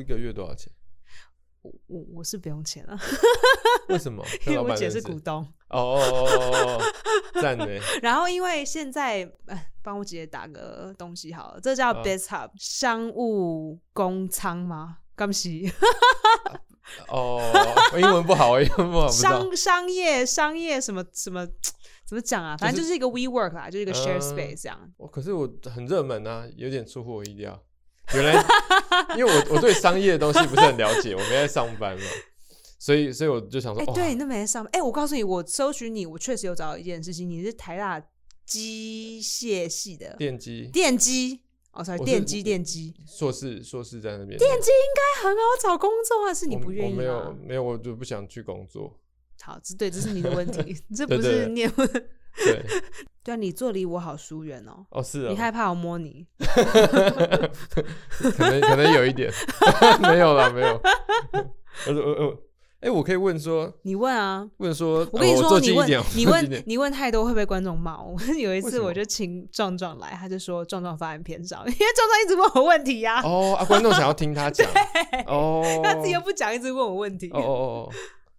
一个月多少 钱？我我我是不用钱了，为什么？因为那老我板姐认是识股东。哦哦哦哦哦哦，赞呢！然后因为现在，哎，帮我姐姐打个东西好了，这叫嗯 desk hub、商务公仓吗？恭喜，哦，欸我 英文不好，我英文不好，不知道。商商业商业什么什么怎么讲啊？反正就是一个 WeWork 啦，就是一个 share 嗯 space 这样。哦，可是我很热门啊，有点出乎我意料。原 来，因为我我对商业的东西不是很了解，我没在上班嘛，所以所以我就想说，哎、哇，对，那没上。哎、我告诉你，我搜寻你，我确实有找到一件事情，你是台大机械系的电机电机。哦，sorry，我是电机电机，硕士硕士在那边，电机应该很好找工作啊，是你我不愿意我吗？没有没有，我就不想去工作。好，这对，这是你的问题， 这对不对是对念。对， 对啊，你坐离我好疏远哦。哦是啊你，害怕我摸你？可能可能有一点， 没有啦，没 有。我说我我，哎，我可以问说你问啊！问说，我跟你哦说，坐你近一问点，我坐近你一问点你问太多会被观众骂我。有一为什次么我就请壮壮来，他就说壮壮发言偏少， 因为壮壮一直问我问题呀、哦啊，观众想要听他 讲哦，他自己又不讲，一直问我问题。哦哦哦，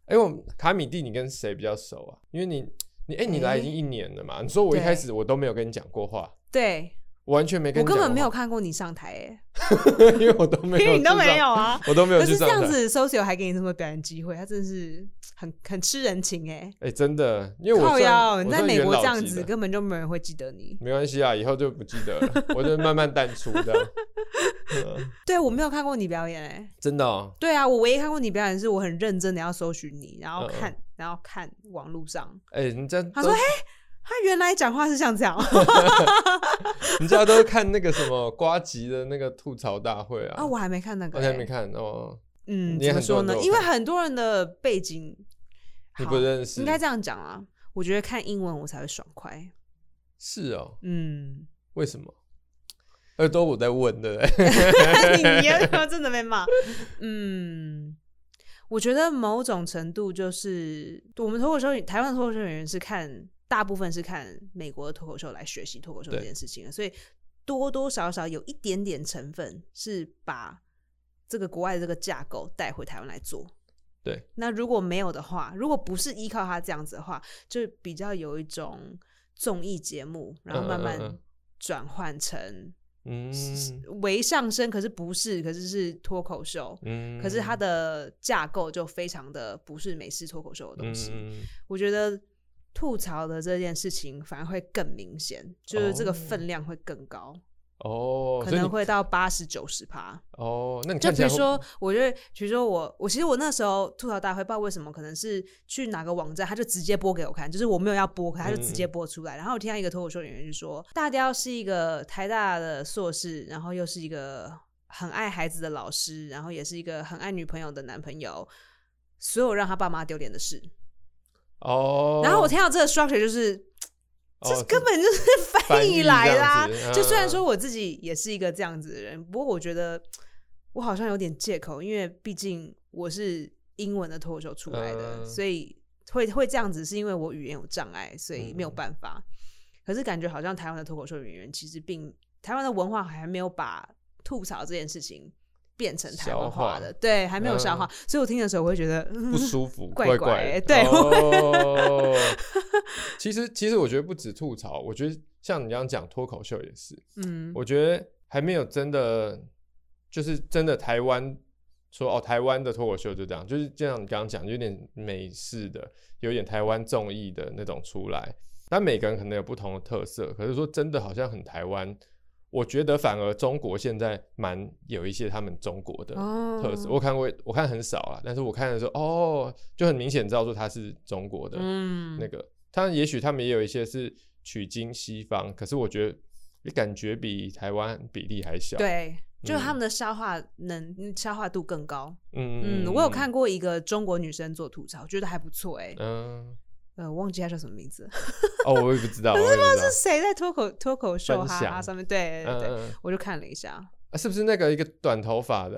哎、我们卡米蒂，你跟谁比较熟啊？因为你，你哎、你来已经一年了嘛？你说我一对开始我都没有跟你讲过话，对我完全没跟我你根讲过本没有看过你上台、欸，话， 因为我都没因有，为 你都没有，啊。我都没有可去是这上台。样子，social 还给你这么表演机会，他真的是很很吃人情哎、哎、真的，因为我靠算腰，我你算在美元国老这样级子，的根本就没有人会记得你。没关系啊，以后就不记得了，我就慢慢淡出这样。 嗯对我没有看过你表演哎、真的、哦，对啊，我唯一看过你表演是我很认真的要搜寻你，然后看，嗯然后看网络上，哎、你这样他都说他原来讲话是像 这样，你知道都是看那个什么瓜吉的那个吐槽大会啊，啊，我还没看那个、我还没欸，看哦，嗯，你也怎很么多说人呢？都有因为看很多人的背景，你好不认识应该这样讲啊。我觉得看英文我才会爽快，是哦，嗯，为什么？呃，都我在问的， 你 你要不要真的被骂？嗯，我觉得某种程度就是我们脱口秀演，台湾的脱口秀演员是看大部分是看美国的脱口秀来学习脱口秀对这件事情的，所以多多少少有一点点成分是把这个国外的这个架构带回台湾来做。对，那如果没有的话，如果不是依靠他这样子的话，就比较有一种综艺节目，然后嗯慢嗯嗯慢嗯转换成 嗯为上升，可是不是，可是是脱口秀，嗯可是它的架构就非常的不是美式脱口秀的东西。嗯我觉得吐槽的这件事情反而会更明显，就是这个分量会更高，哦，可所以能你会到八十九十趴。哦，那你就看起比来如说，我就会比如说我我其实我那时候吐槽大会，不知道为什么，可能是去哪个网站，他就直接播给我看，就是我没有要播，可他就直嗯接播出来。然后我听到一个脱口秀演员就说，大雕是一个台大的硕士，然后又是一个很爱孩子的老师，然后也是一个很爱女朋友的男朋友。所有让他爸妈丢脸的事，哦，然后我听到这个 structure 就是，哦这根本就是翻翻译译来这的、样啊。子就虽然说嗯我自己也是一个这样子的人，不过我觉得我好像有点借口，因为毕竟我是英文的脱口秀出来的，嗯所以会会这样子，是因为我语言有障碍，所以没有嗯办法。可是感觉好像台湾的脱口秀演员其实并台湾的文化还没有把吐槽这件事情变成台湾消化化嗯的，对，还没有消化，所以我听的时候我会觉得，嗯不舒服，怪怪怪的欸对 哦其实其实我觉得不止吐槽，我觉得像你这样讲脱口秀也是，嗯，我觉得还没有真的就是真的台湾。说哦，台湾的脱口秀就这样，就是就像你刚刚讲，有点美式的，有点台湾综艺的那种出来。但每个人可能有不同的特色，可是说真的，好像很台湾。我觉得反而中国现在蛮有一些他们中国的哦特色，我看过，我看很少啊，但是我看的时候，哦，就很明显知道说它是中国的嗯那个。当然，也许他们也有一些是取经西方，可是我觉得也感觉比台湾比例还小。，对，就是嗯他们的消化能、消化度更高。嗯嗯，我有看，过一个中国女生做吐槽，觉得还不错哎、嗯，呃，忘记她叫什么名字，哦，我也不 知道，我也不知道，谁在脱口脱口秀啊分哈享哈上面？对对嗯对，嗯嗯我就看了一下，啊，是不是那个一个短头发的，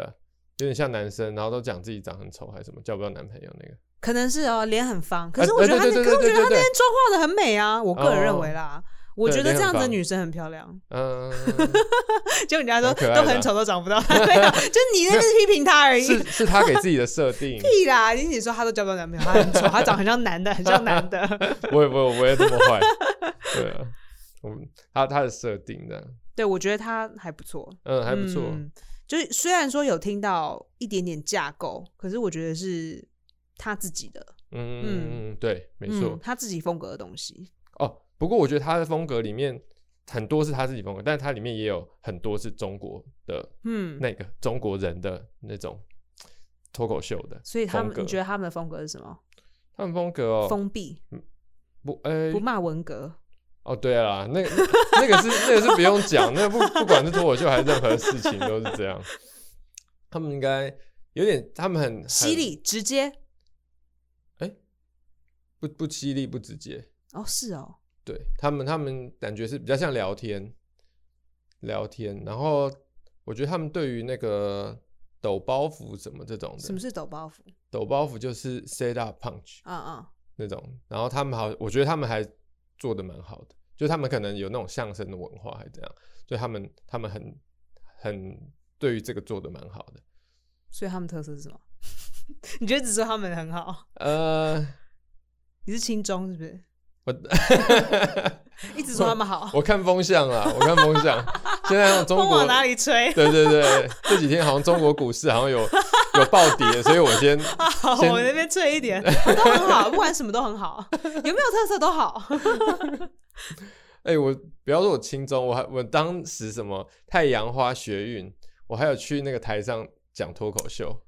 有点像男生，然后都讲自己长很丑还是什么，交不到男朋友那个？可能是哦，脸很方，可是啊我觉得她那，对对可是我对觉得她对对那边妆化的很美啊，我个人认为啦，我对觉得脸这很样子的棒女生很漂 亮。嗯，就人家说蛮可爱的都啊很丑，都 找不到，没有，就你那个是批评她而已。是是他给自己的设定， 屁啦！你你说她都交不到男朋友，她很丑，她长得很像男的，很像男的。 我也不我不会这么 坏，对啊，嗯，他他的设定的，对，我觉得她还不错，嗯，还不错，嗯就是虽然说有听到一点点架构，可是我觉得是她自己的，嗯嗯，对，没错嗯，她自己风格的东西。哦。不过我觉得他的风格里面很多是他自己风格，但是他里面也有很多是中国的嗯，那个中国人的那种脱口秀的，所以他们风格你觉得他们的风格是什么？他们风格哦，封闭，不，哎、不骂文革。哦，对啊，那个那个是那个是不用讲，那不不管是脱口秀还是任何事情都是这样。他们应该有点，他们很很犀利直接不不犀利不直接，哦，是哦，对他们他们感觉是比较像聊天聊天，然后我觉得他们对于那个抖包袱什么这种什么的，是抖包袱？抖包袱就是 set up punch 啊啊，那种，然后他们好，我觉得他们还做的蛮好的，就他们可能有那种相声的文化还是怎样，所以他们他们很很对于这个做的蛮好的。所以他们特色是什么？ 你觉得只说他们很好？呃，你是轻中是不是？我 一直说他们好，我看风向啦，我看风向，现在中 风国往哪里吹？对对对，这几天好像中国股市好像有有暴跌，所以我先好，先我那边吹一 点，都很好，不管什么都很好，有没有特色 都好。哎、我不要说我轻中，我还我当时什么太阳花学运，我还有去那个台上讲脱口秀，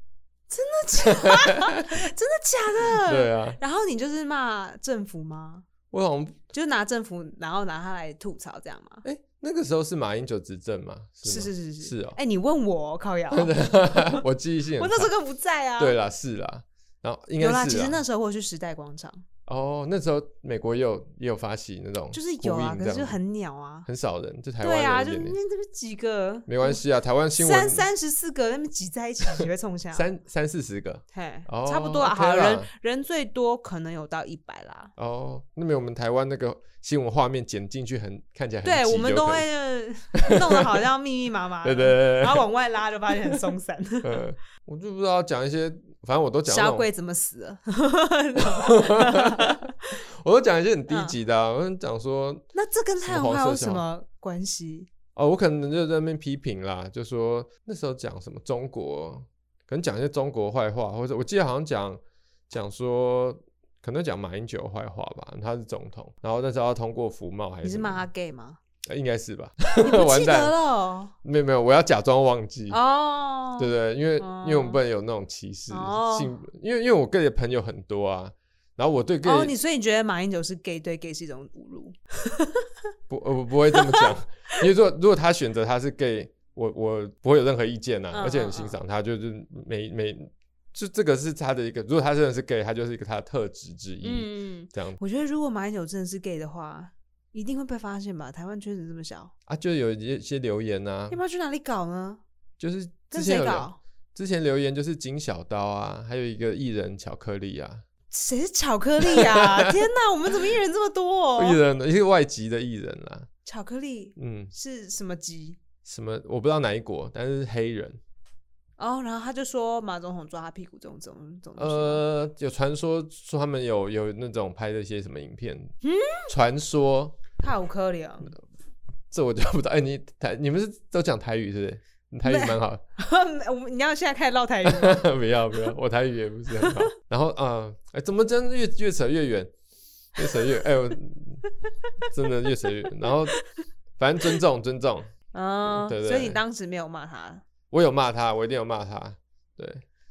真的假的？对啊，然后你就是骂政府吗？我好像就是拿政府，然后拿他来吐槽这样吗？哎、那个时候是马英九执政嘛，是吗是是是哦哎、你问我靠谣，我 我记忆性很那时候差，更不在啊。对啦是啦，然后应该有是啊啦，其实啦那时候我有去时代广场，哦那时候美国也有也有发起那种就是呼有啊，应可这是就样很鸟啊。很少人，就台湾对啊，人就一那点点，边这边几个，没关系啊，台湾新闻三三十四个，那么挤在一起，只会冲下。三三四十个嘿，哦差不多啦，啊 OK 好啦人人最多可能有到一百啦。哦，那边我们台湾那个新闻画面剪进去很看起来很对，挤我们就都可会以弄得好像密密麻麻 的，对对对然后往外拉就发现很 松散。对对，嗯我就不知道讲一些，反正我都讲那小种鬼怎么死啊 了？我都讲一些很低嗯级的、啊，我就讲说那这跟太什阳么黄花色有笑什话么关系？哦，我可能就在那边批评啦，就说那时候讲什么中国，可能讲一些中国坏话，或者我记得好像讲讲说，可能讲马英九坏话吧，他是总统，然后那时候要通过服贸还你是是什么骂他 gay 吗？呃应该是吧？不完记得蛋，了哦没有没有，我要假装忘记。哦。对对，因为、因为我们不能有那种歧视哦性，因为因为我 gay 的朋友很多啊，然后我对 gay 哦，你所以你觉得马英九是 gay 对 gay 是一种侮辱？不呃我不会这么讲， 因为如果如果他选择他是 gay，我我不会有任何意见呐、啊嗯而且很嗯欣嗯赏他，就是每每就这个是他的一个，如果他真的是 gay，他就是一个他的特质之一，嗯，这样我觉得如果马英九真的是 gay 的话，一定会被发现吧？台湾圈子这么小，啊，就有一些留言呐、要不要去哪里搞呢？就是嗯之跟前谁有留 搞？之前留言就是金小刀啊，还有一个艺人巧克力啊，谁是巧克力啊？天哪，我们怎么艺人这么多、艺哦？人一个外籍的艺人啦、巧克力嗯，是什么级？什么我不知道哪一国，但是黑人，哦，然后他就说马总统抓他屁股这种这种这种东西。呃，有传说说他们有有那种拍的一些什么影片，嗯传说。太无可怜，这我就不知道。哎、你台你们是都讲台语是不是？你台语蛮好 的， 我们你要现在开始唠台语吗，不要不要，我台语也不是很好。然后啊，呃哎、怎么真越越扯越远，越扯越哎、我真的越扯越远。然后反正尊重尊重，嗯，对对所以你当时没有骂他，我有骂他，我一定有骂他。对，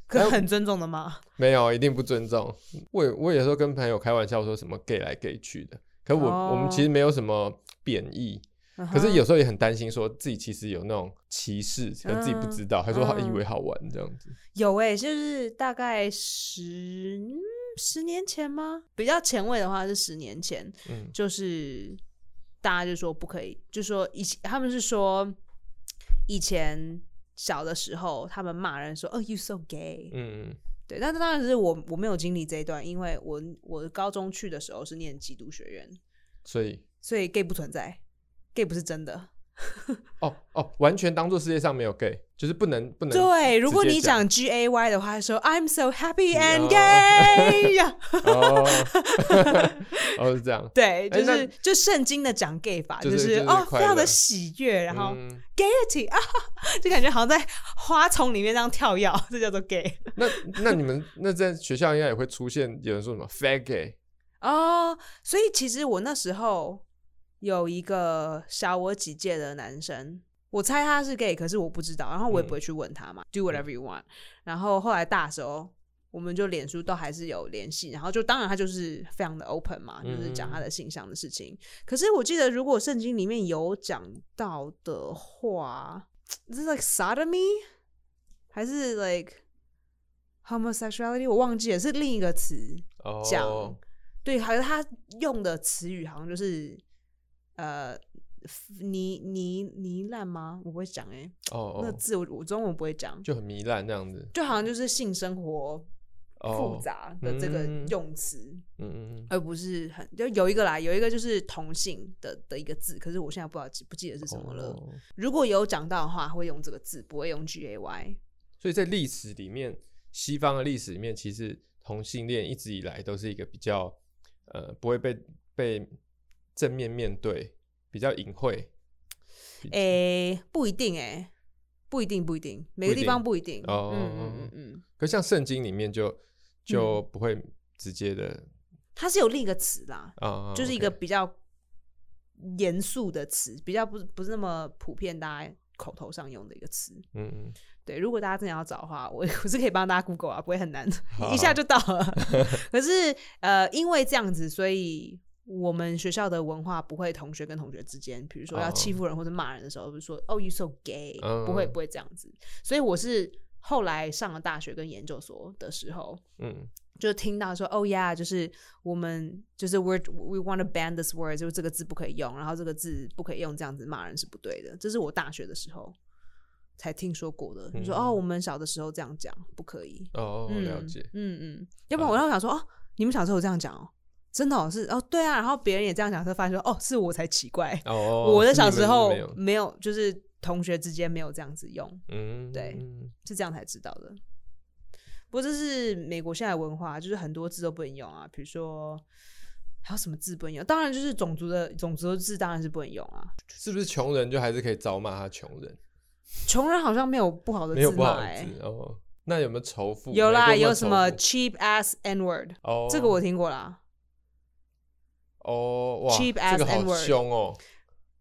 可哎是很尊重的骂。没有一定不尊重。我也我有时候跟朋友开玩笑说什么 gay 来 gay 去的，可我、哦我们其实没有什么贬义，嗯哼可是有时候也很担心说自己其实有那种歧视，可能自己不知道，还说好以为好玩这样子。有哎、就是大概十嗯十年前吗？比较前卫的话是十年前，嗯就是大家就说不可以，就说以前他们是说以前小的时候他们骂人说哦、you so gay，、嗯。嗯对，但当然是我我没有经历这一段，因为我我高中去的时候是念基督学院，所以所以 gay 不存在，gay 不是真的。哦哦，完全当做世界上没有 gay，就是不能不能对，如果直接你讲 G A Y 的话，说 I'm so happy and 哦 gay，呀 哦哦是这样，哎对，就那是就圣经的讲 gay 法，就就是是就是哦，快非常乐的喜悦， 然后嗯 gaiety 啊， 就感觉好像在花丛里面这样跳跃， 这叫做 gay 那那你们那在学校应该也会出现有人说什么 fag gay 哦。所以其实我那时候有一个小我几届的男生，我猜他是 gay，可是我不知道，然后我也不会去问他嘛、d o whatever you want。然后后来大的时候。我们就脸书都还是有联系，然后就当然他就是非常的 open 嘛，就是讲他的性向的事情。可是我记得，如果圣经里面有讲到的话，是 like sodomy 还是 like homosexuality，我忘记了，是另一个词。哦讲对，好像他用的词语好像就是呃泥泥泥烂吗？我不会讲哎、欸，哦那哦，字我我中文不会讲，就很糜烂这样子，就好像就是性生活哦复，杂的这个嗯用词。嗯嗯嗯，而不是很就有一个啦，有一个就是同性的的一个字，可是我现在不知道记不记得是什么了。哦如果有讲到的话，会用这个字，不会用 G A Y。所以在历史里面，西方的历史里面，其实同性恋一直以来都是一个比较呃不会被被正面面对，比较隐晦。诶、不一定诶、欸不一定，不一定，每个地方不一定。哦嗯嗯嗯嗯，可像圣经里面就就不会直接的它是有另一个词啦，啊，就是一个 OK 比较严肃的词，比较不是不是那么普遍大家口头上用的一个词。嗯嗯对，如果大家真的要找的话，我我是可以帮大家 Google 啊，不会很难好，一下就到了。 可是呃，因为这样子，所以我们学校的文化不会同学跟同学之间，比如说要哦欺负人或者骂人的时候，就说“哦、y o u so gay”，、嗯不会不会这样子。所以我是后来上了大学跟研究所的时候，嗯就听到说，哦呀，就是我们就是 we we want to ban this word，就是这个字不可以用，然后这个字不可以用，这样子骂人是不对的。这是我大学的时候才听说过的。你说、嗯哦，我们小的时候这样讲不可以，哦嗯了解，嗯嗯。要不然我要想说，哦，你们小时候有这样讲哦，真的、哦、是哦，对啊。然后别人也这样讲，就发现说，哦，是我才奇怪，哦，我的是你小们时候没有，没有，就是同学之间没有这样子用。嗯，对嗯是这样才知道的。不过这是美国现在的文化，就是很多字都不能用啊，比如说还有什么字不能用？当然就是种族的种族的字当然是不能用啊。是不是穷人就还是可以找骂他穷人，穷人好像没有不好的没有字不好嘛、的欸，字哦？那有没有仇富？有啦，美国有什么仇富 cheap ass n word，、哦，这个我听过啦。哦哇 cheap 这个 ass 好 N-word 凶哦，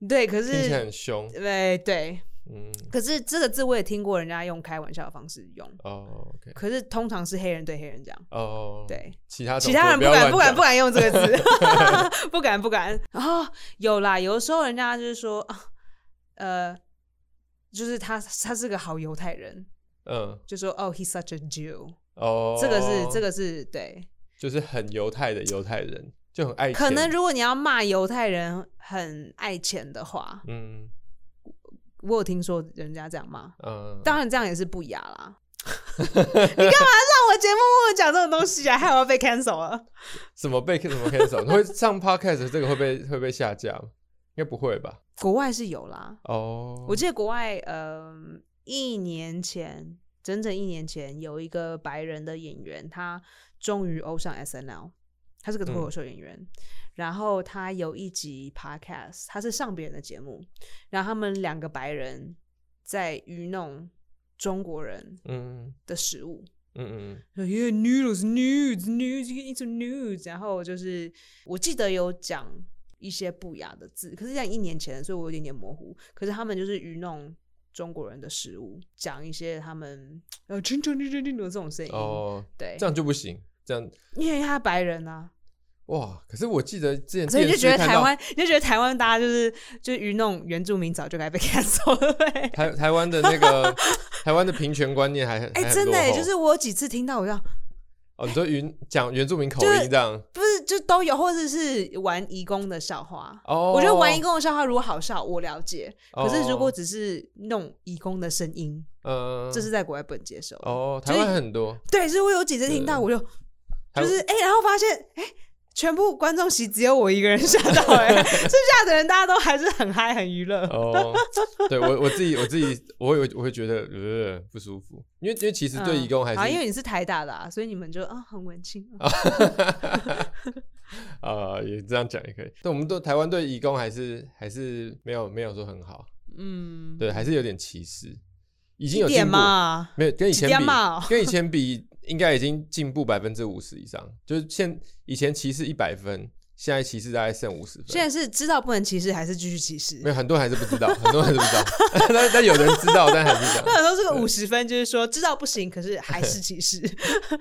对，可听起来是很凶，对对，嗯，可是这个字我也听过人家用开玩笑的方式用，哦，OK，可是通常是黑人对黑人讲，哦，，对。其他其他人不不敢不敢不敢，敢用这 个字， 不敢不敢。然后有啦，有的时候人家就是说，啊呃，就是他他是个好犹太人，嗯，就说哦，he's such a Jew，、哦，这个是这个是对。就是很犹太的犹太人，就很爱钱，可能如果你要骂犹太人很爱钱的话，嗯我有听说人家这样骂，嗯，当然这样也是不 雅啦。你干嘛让我节目跟我讲这种东西啊？害我要被 cancel 了。怎么被怎么 cancel？你会上 podcast 这个会被会被下架吗？应该不会吧？国外是有啦，哦，我记得国外，嗯、一年前，整整一年前，有一个白人的演员，他终于欧上 S N L，他是个脱口秀演员。然后他有一集 podcast，他是上别人的节目，然后他们两个白人在愚弄中国人嗯的食物。嗯嗯说 Yeah, noodles, nudes, nudes, you can eat some nudes。然后就是我记得有讲一些不雅的字，可是像一年前，所以我有点点模糊。可是他们就是愚弄中国人的食物，讲一些他们呃群群群群群的这种嗯，声音。哦，对这，样就不行，这样因为他白人啊，哇！可是我记得之前所以你电就视觉得看台到湾，你就觉得台湾大家就是就是愚弄原住民，早就该被 cancel 了对不对。台台湾的那个台湾的平权观念还还哎、很真的落哎，后就是我有几次听到，我就哦，你说原讲原住民口就是音这样不是就都有，或者是玩移工的笑话。哦，我觉得玩义工的笑话如果好笑，我了解。可是如果哦只是弄义工的声音，嗯，这是在国外不能接受。哦，就台是湾很多，对，所以我有几次听到，我就台就是哎、然后发现哎、全部观众席只有我一个人吓到、 欸，哎，剩下的人大家都还是很嗨很娱乐。哦，对我我自己我自己我会我会觉得呃不舒服，因为因为其实对义工还啊，因是哦为你是台大的、啊，所以你们就啊很文青。啊 啊、也这样讲也可以，但我们对台湾对义工还是还是没有没有说很好，嗯，对，还是有点歧视，已经一有进点步，嘛，没有跟以前几点比嘛哦，跟以前比应该已经进步百分之五十以上，就是现以前歧视一百分，现在歧视大概剩五十分，现在是知道不能歧视，还是继续歧视？没有很多人还是不知道，很多人还是不知道， 但但有人知 道，但还是讲。那有时候这个五十分就是说知道不行，可是还是歧视。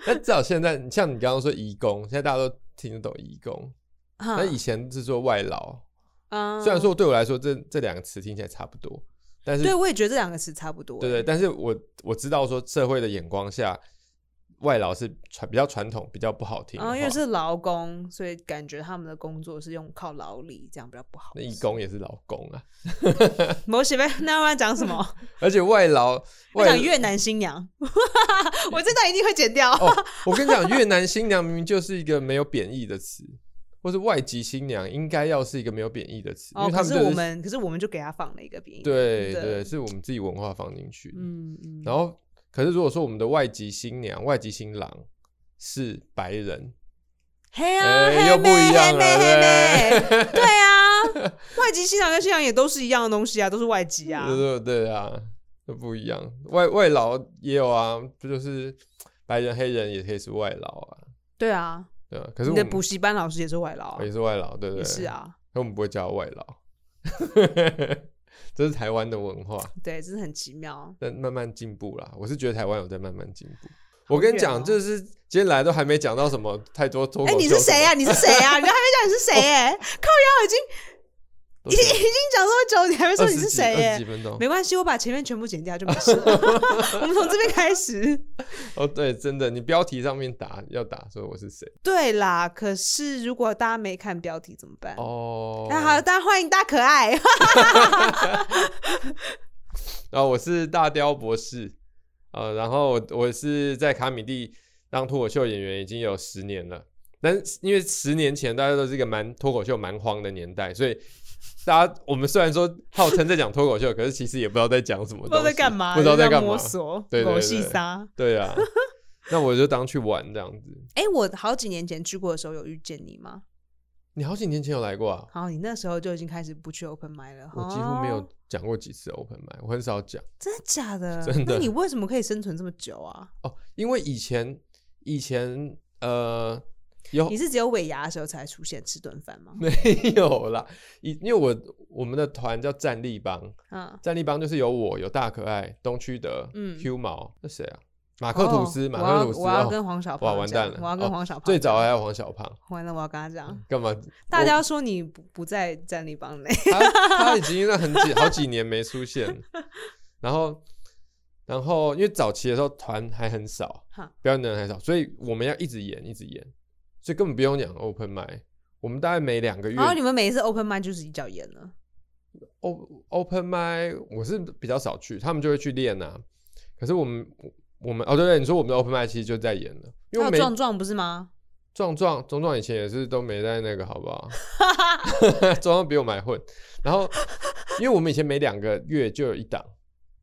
那至少现在，像你刚刚说移工，现在大家都听得懂移工。哈那以前是说外劳，嗯虽然说对我来说这这两个词听起来差不多，但是对，我也觉得这两个词差不多。欸对对，但是我我知道说社会的眼光下，外劳是传比较传统，比较不好听的然话。哦后因为是劳工，所以感觉他们的工作是用靠劳力，这样比较不好那。义工也是劳工啊，没写呗，那要不然 讲什么？而且外劳要外讲越南新娘， 我这段一定会剪掉。哦，我跟你讲，越南新娘明明就是一个没有贬义的词，或是外籍新娘应该要是一个没有贬义的词，因 哦，为他们可是就是我们，可是我们就给他放了一个鼻音。对对对，是我们自己文化放进去的。嗯嗯，然后，可是如果说我们的外籍新娘、外籍新郎是白人，嘿啊，哎、黑又不妹，一黑样妹，黑妹，了，对啊，外籍新娘跟新娘也都是一样的东西啊，都是外籍啊。对对对啊，都不一样。外外劳也有啊，不就是白人、黑人也可以是外劳啊，对啊，对啊。可是你我的们补习班老师也是外劳啊也，是外劳，对不对？也是，啊，可我们不会叫外劳， 这是台湾的文化。对，真的很奇妙。但慢慢进步啦。我是觉得台湾有在慢慢进步。好我跟你远哦讲，就是今天来都还没讲到什么太多脱口哎，秀。哦你是谁啊？？你是谁啊？你都还没讲你是谁哎，靠腰已经已经已经讲这么久，你 还没说你是谁二十耶几？哦分钟。没关系，我把前面全部剪掉就没事 了。我们从这边开始。哦，对，真的，你标题上面打要打说我是谁 对啦，可是如果大家没看标题怎么办？哦。那好，大家欢迎大可爱。然后我是大雕博士，呃，然后我我是在卡米蒂当脱口秀演员已经有十年了，但是因为十年前大家都是一个蛮脱口秀蛮荒的年代，所以大家我们虽然说号称在讲脱口秀，可是其实也不知道在讲什么，不知道在干嘛，不知道在干嘛摸，索，对对狗对戏沙。对啊。那我就当去玩这样子。哎，我好几年前去过的时候有遇见你吗？你好几年前有来过啊？好，你那时候就已经开始不去 open m i 了，我几乎没有哦，讲过几次 open m i 我很少讲。真的假的？真的那你为什么可以生存这么久啊？哦，因为以前以前呃有你是只有尾牙的时候才出现吃顿饭吗？ 没有啦？以因为我我们的团叫战力帮，嗯，战力帮就是有我有大可爱东区的嗯 Q 毛，那谁啊？马克吐斯，哦马我要克吐斯，我要哦跟黄小哇胖完讲蛋了，我要跟哦黄小胖最早还讲有黄小胖，完了，我要跟他讲。干嘛？大我家说你不不在战力帮内，他他已经让很几好几年没出现，然后然后因为早期的时候团还很少哈，表演的人还少，所以我们要一直演一直演，所以根本不用讲 open m i 我们大概每两个月然哦后你们每一次 open mind 就是一脚盐了。 o open m i 我是比较少去，他们就会去练啊。可是我们我们哦对对，你说我们的 open m i 其实就在演了，因为还有没壮壮不是吗？壮壮壮壮以前也是都没在那个，好不 好？ 壮壮比我们还混。然后因为我们以前每两个月就有一档。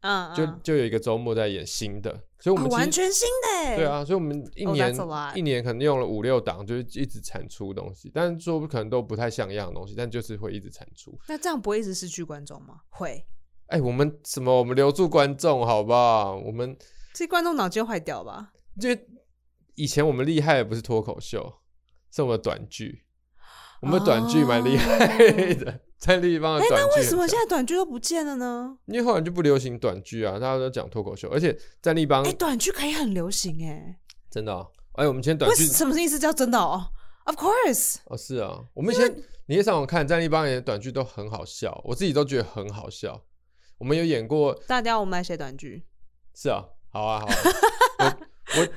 嗯，就嗯就有一个周末在演新的，所以我哦们完其实、全新的欸。对啊，所以我们一 Oh, 年、 that's a lot. 一年可能用了五六档，就是一直产出东西，但是说不可能都不太像样的东西，但就是会一直产出。那这样不会一直失去观众吗？会，哎、我们什么？我们留住观众，好不好？我们这观众脑筋坏掉吧？就以前我们厉害的不是脱口秀，是我们的短剧，我们的短剧蛮厉 害的，在立方的短剧。哦哎为什么现在短剧都不见了呢？因为后来就不流行短剧啊，大家都讲脱口秀，而且在立邦哎、短剧可以很流行哎、真的、哦，哎、我们以前短为剧什么意思叫真的哦？Of course，哦，是啊，我们以前你可以上网看战力帮演的短剧都很好笑，我自己都觉得很好笑。我们有演过，大家我们来写短剧，是啊，好啊，好啊我 我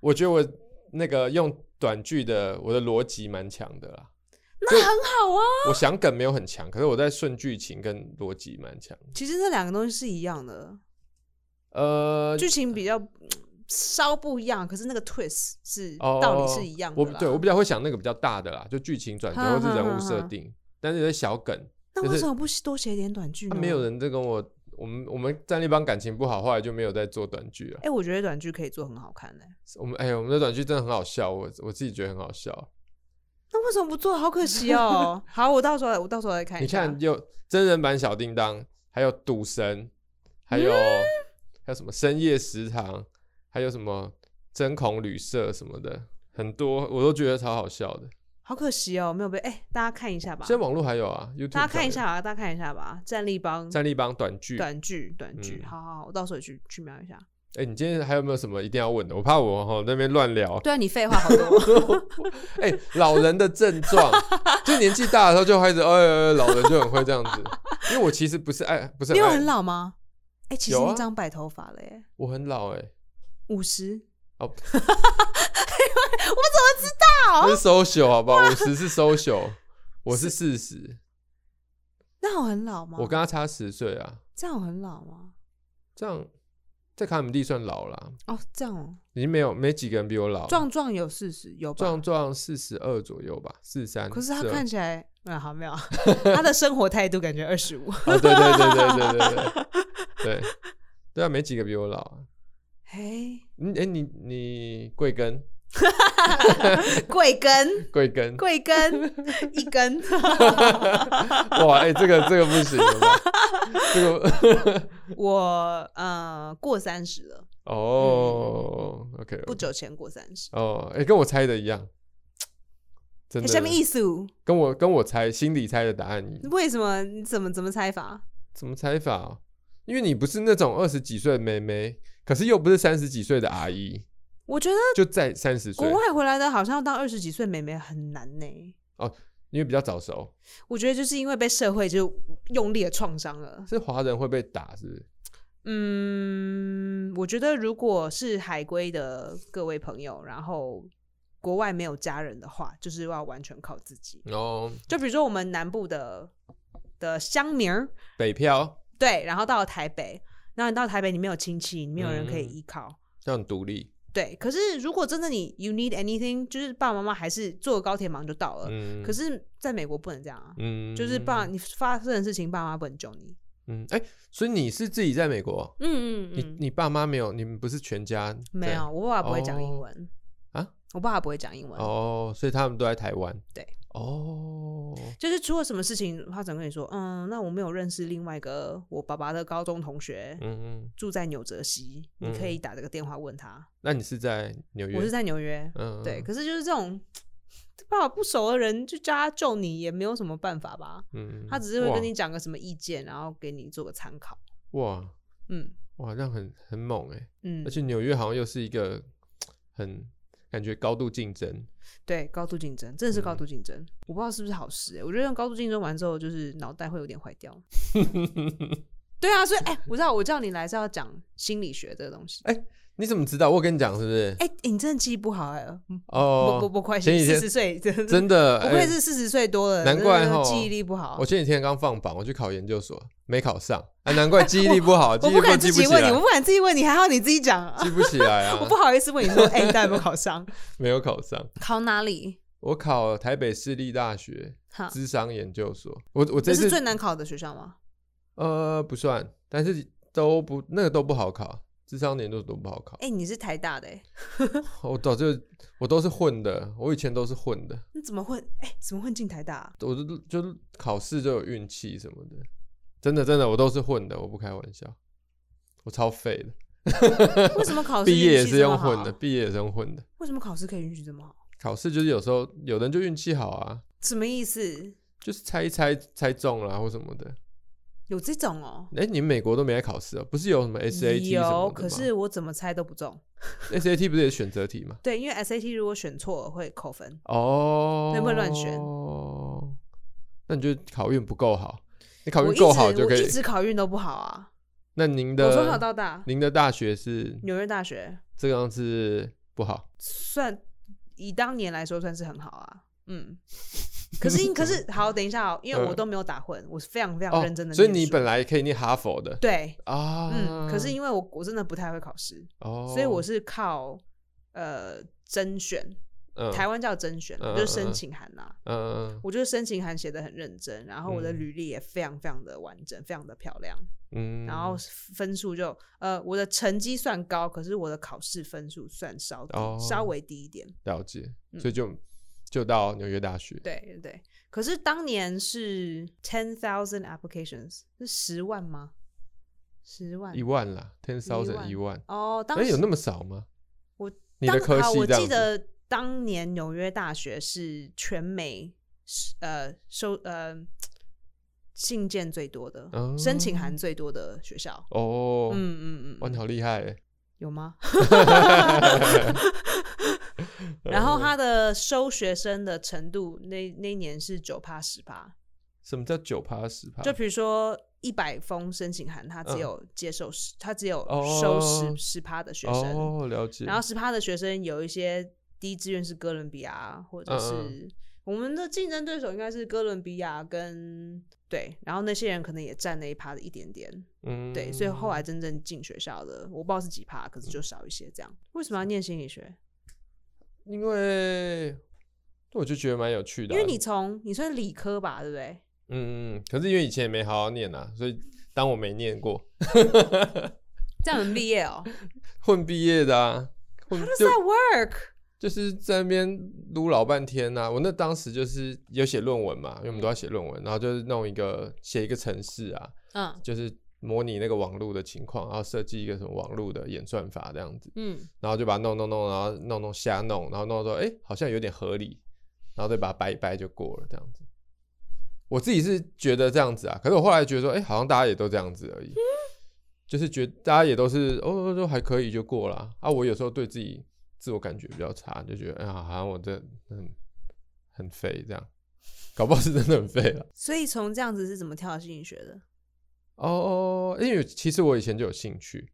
我觉得我那个用短剧的我的逻辑蛮强的啦，那很好啊。我想梗没有很强，可是我在顺剧情跟逻辑蛮强。其实这两个东西是一样的，呃，剧情比较嗯稍不一样，可是那个 twist 是哦，道理是一样的我啦。对我比较会想那个比较大的啦，就剧情转折哼或是人哼物哼设哼定，但是有些小梗，那就是为什么不多写一点短剧啊呢？没有。人在跟我，我们我们战力帮感情不好，后来就没有再做短剧了哎、。我觉得短剧可以做很好看呢、我们哎、我们的短剧真的很好笑，我我自己觉得很好笑。那为什么不做？好可惜哦。 好，我到时候我到时候来看你一下。看，有真人版小叮当，还有赌神，还有、嗯还有什么深夜食堂，还有什么针孔旅社什么的，很多我都觉得超好笑的。好可惜哦，没有被哎、大家看一下吧现在，网络还有啊，YouTube 大家看一上下吧，大家看一下吧，战力帮有战力帮短剧。哎、短剧短剧，嗯好好好，我到时候也去去瞄一下。哎你今天还有没有什么一定要问的？我怕我哈那边乱 聊。对啊，你废话好多。 哎、老人的症 状，就年纪大的时候就开始，哎、哎哎老人就很会这样子。因为我其实不是爱，不是你有爱很老吗？哎、其实有啊你长白头发了耶，我很老哎、五十。那是 social 好不好？五十是 social，我是四十，那我很老吗？我跟他差十岁啊，这样我很老吗？这样在卡姆蒂算老啦，哦，这样哦。已经没有没几个人比我老。壮壮有四十，有吧？壮啊壮四十二左右吧，四三。可是他42看起来，嗯，好没有， 他的生活态度感觉二十 五。哦，对对对对对对 对对对啊，没几个比我老啊。嘿，你哎、你你贵庚？哎贵根，贵庚？贵根，一 根。 哇，哎、这个这个不行了 吧？这个我呃过三十了，哦，OK，不久前过三十。哦，哎、跟我猜的一样，真哎的，什么意思？跟我跟我猜心里猜的答案一样，为什么？你怎么怎么猜法？怎么猜法、啊？因为你不是那种二十几岁的妹妹，可是又不是三十几岁的阿姨，我觉得就在三十岁国，外回来的，好像要当二十几岁妹妹很难呢、因为比较早熟，我觉得就是因为被社会就用力的创伤了。是华人会被打，是不是？嗯，我觉得如果是海归的各位朋友，然后国外没有家人的话，就是要完全靠自己。然后就比如说我们南部的的乡民儿，北漂，对，然后到了台北，然后你到台北，你没有亲戚，你没有人可以嗯依靠。这样独立，对，可是如果真的你 you need anything，就是爸爸妈妈还是坐个高铁忙就到了。嗯，呃可是在美国不能这样啊，嗯，就是爸你发生的事情，爸妈不能救你。嗯，哎、所以你是自己在美国，嗯你你爸妈没有，你们不是全家没在有，我爸爸不会讲英哦文、啊，我爸爸不会讲英文，哦，所以他们都在台湾，对，哦，就是出了什么事情，他总跟你说，嗯，那我没有认识另外一个我爸爸的高中同学。嗯嗯，住在纽泽西，你可嗯以打这个电话问他。那你是在纽约？我是在纽约，嗯，对，嗯可是就是这种爸爸不熟的人，就叫他救你也没有什么办法吧。嗯，他只是会哇跟你讲个什么意见，然后给你做个参考。哇嗯哇，这样很很猛哎，嗯而，且纽约好像又是一个很感觉高度竞争，对，高度竞争，真的是高嗯度竞争。我不知道是不是好事、欸，我觉得用高度竞争完之后，就是脑袋会有点坏 掉。对啊，所以哎、我知道，我叫你来是要讲心理学这个东西。哎你怎么知道？我跟你讲是不是？哎、欸你真的记忆不好哎、嗯 不不哦，不，快前四几天十岁，真的真的，不愧哎是四十岁多了，难怪真的吼记忆力不好。我前几天刚放榜，我去考研究所，没考上啊，难怪记忆力不好，记 我忆力不不敢记自不己起问你，我来，不敢自己问你，还好你自己讲啊。 记不起来 我啊不，好意思问你说，哎、你到底有没有考上？没有考上。考哪里？我考台北市立大学哈，智商研究所，我我这这次是最难考的学校吗？呃不算，但是都不那个都不好考，智商研究所都不好考。哎、你是台大的、欸，我早就我都是混的，我以前都是混的，你怎么混？哎、怎么混进台大啊、我就就考试就有运气什么的，真的真的我都是混的，我不开玩笑，我超废的，为什么考试毕业也运气是这么用混好的，？毕业也是用混的。为什么考试可以运气这么好？考试就是有时候有人就运气好啊，什么意思？就是猜一猜猜中了、啊或什么的。有这种哦、哎、你们美国都没在考试啊？不是有什么 SAT 什么有，的可是我怎么猜都不中。吗 SAT 不是也是选择题吗？对，因为 SAT 如果选错了会扣分。哦， 那会乱选哦，那你就考运不够好，你考我运一直够好就可我以一。直考运都不好啊。那您我从小的到大，您的大学是纽约大学这样是不好，算以当年来说算是很好啊。 嗯，可是因可是好，等一下哦，因为我都没有打混，我是非常非常哦认真的、，所以你本来可以念哈佛的对，啊，嗯，可是因为我我真的不太会考试，哦，所以我是靠呃甄选，嗯台湾叫甄选，嗯就嗯是申嗯请函啦、嗯我觉得申请函写的很认真，然后我的嗯履历也非常非常的完整，非常的漂亮，嗯，然后分数就呃我的成绩算高，可是我的考试分数算稍低，哦稍微低一点。了解，嗯所以就就到纽约大学，对对对，可是当年是 ten thousand applications，是十万吗？十万一万啦，ten 一 thousand 万一万，哦，当哎，时有那么少吗？我你当的科好系我这样记子得当年纽约大学是全美呃收呃信件最多的、哦申请函最多的学校。哦，嗯嗯哇，嗯，你好厉害欸，有吗？ 然 后他的收学生的程度，那那一年是九趴十趴，什么叫九趴十趴？就比如说一百封申请函，他只啊嗯有接受十、他只有哦收十十趴的学生，哦，了解，然后十趴的学生有一些第一志愿是哥伦比亚，或者是、嗯我们的竞争对手应该是哥伦比亚跟对，然后那些人可能也占了一趴的一点点，嗯，嗯对，所以后来真正进学校的我不知道是几趴，可是就少一些这样。为什么要念心理学？因为我就觉得蛮有趣的因啊，为你从你算是理科吧，对不对？嗯，嗯，可是因为以前也没好好念啊，所以当我没念过，这样能毕业哦？混毕业的啊，混那 是就在 work 就是在那边撸老半天呐、我那当时就是有写论文嘛，因为我们都要写论文，然后就是弄一个写一个程式啊，嗯。就是模拟那个网络的情况，然后设计一个什么网络的演算法这样子，嗯然后就把它弄弄弄，然后弄弄瞎弄，然后弄到说哎好像有点合理，然后再把它掰一掰就过了这样子。我自己是觉得这样子啊，可是我后来觉得说，哎、好像大家也都这样子而已，就是觉大家也都是哦，都还可以就过了啊。啊我有时候对自己自我感觉比较差，就觉得哎呀，好像我这很很废这样，搞不好是真的很废了。所以从这样子是怎么跳到心理学的？哦哦，因为其实我以前就有兴趣，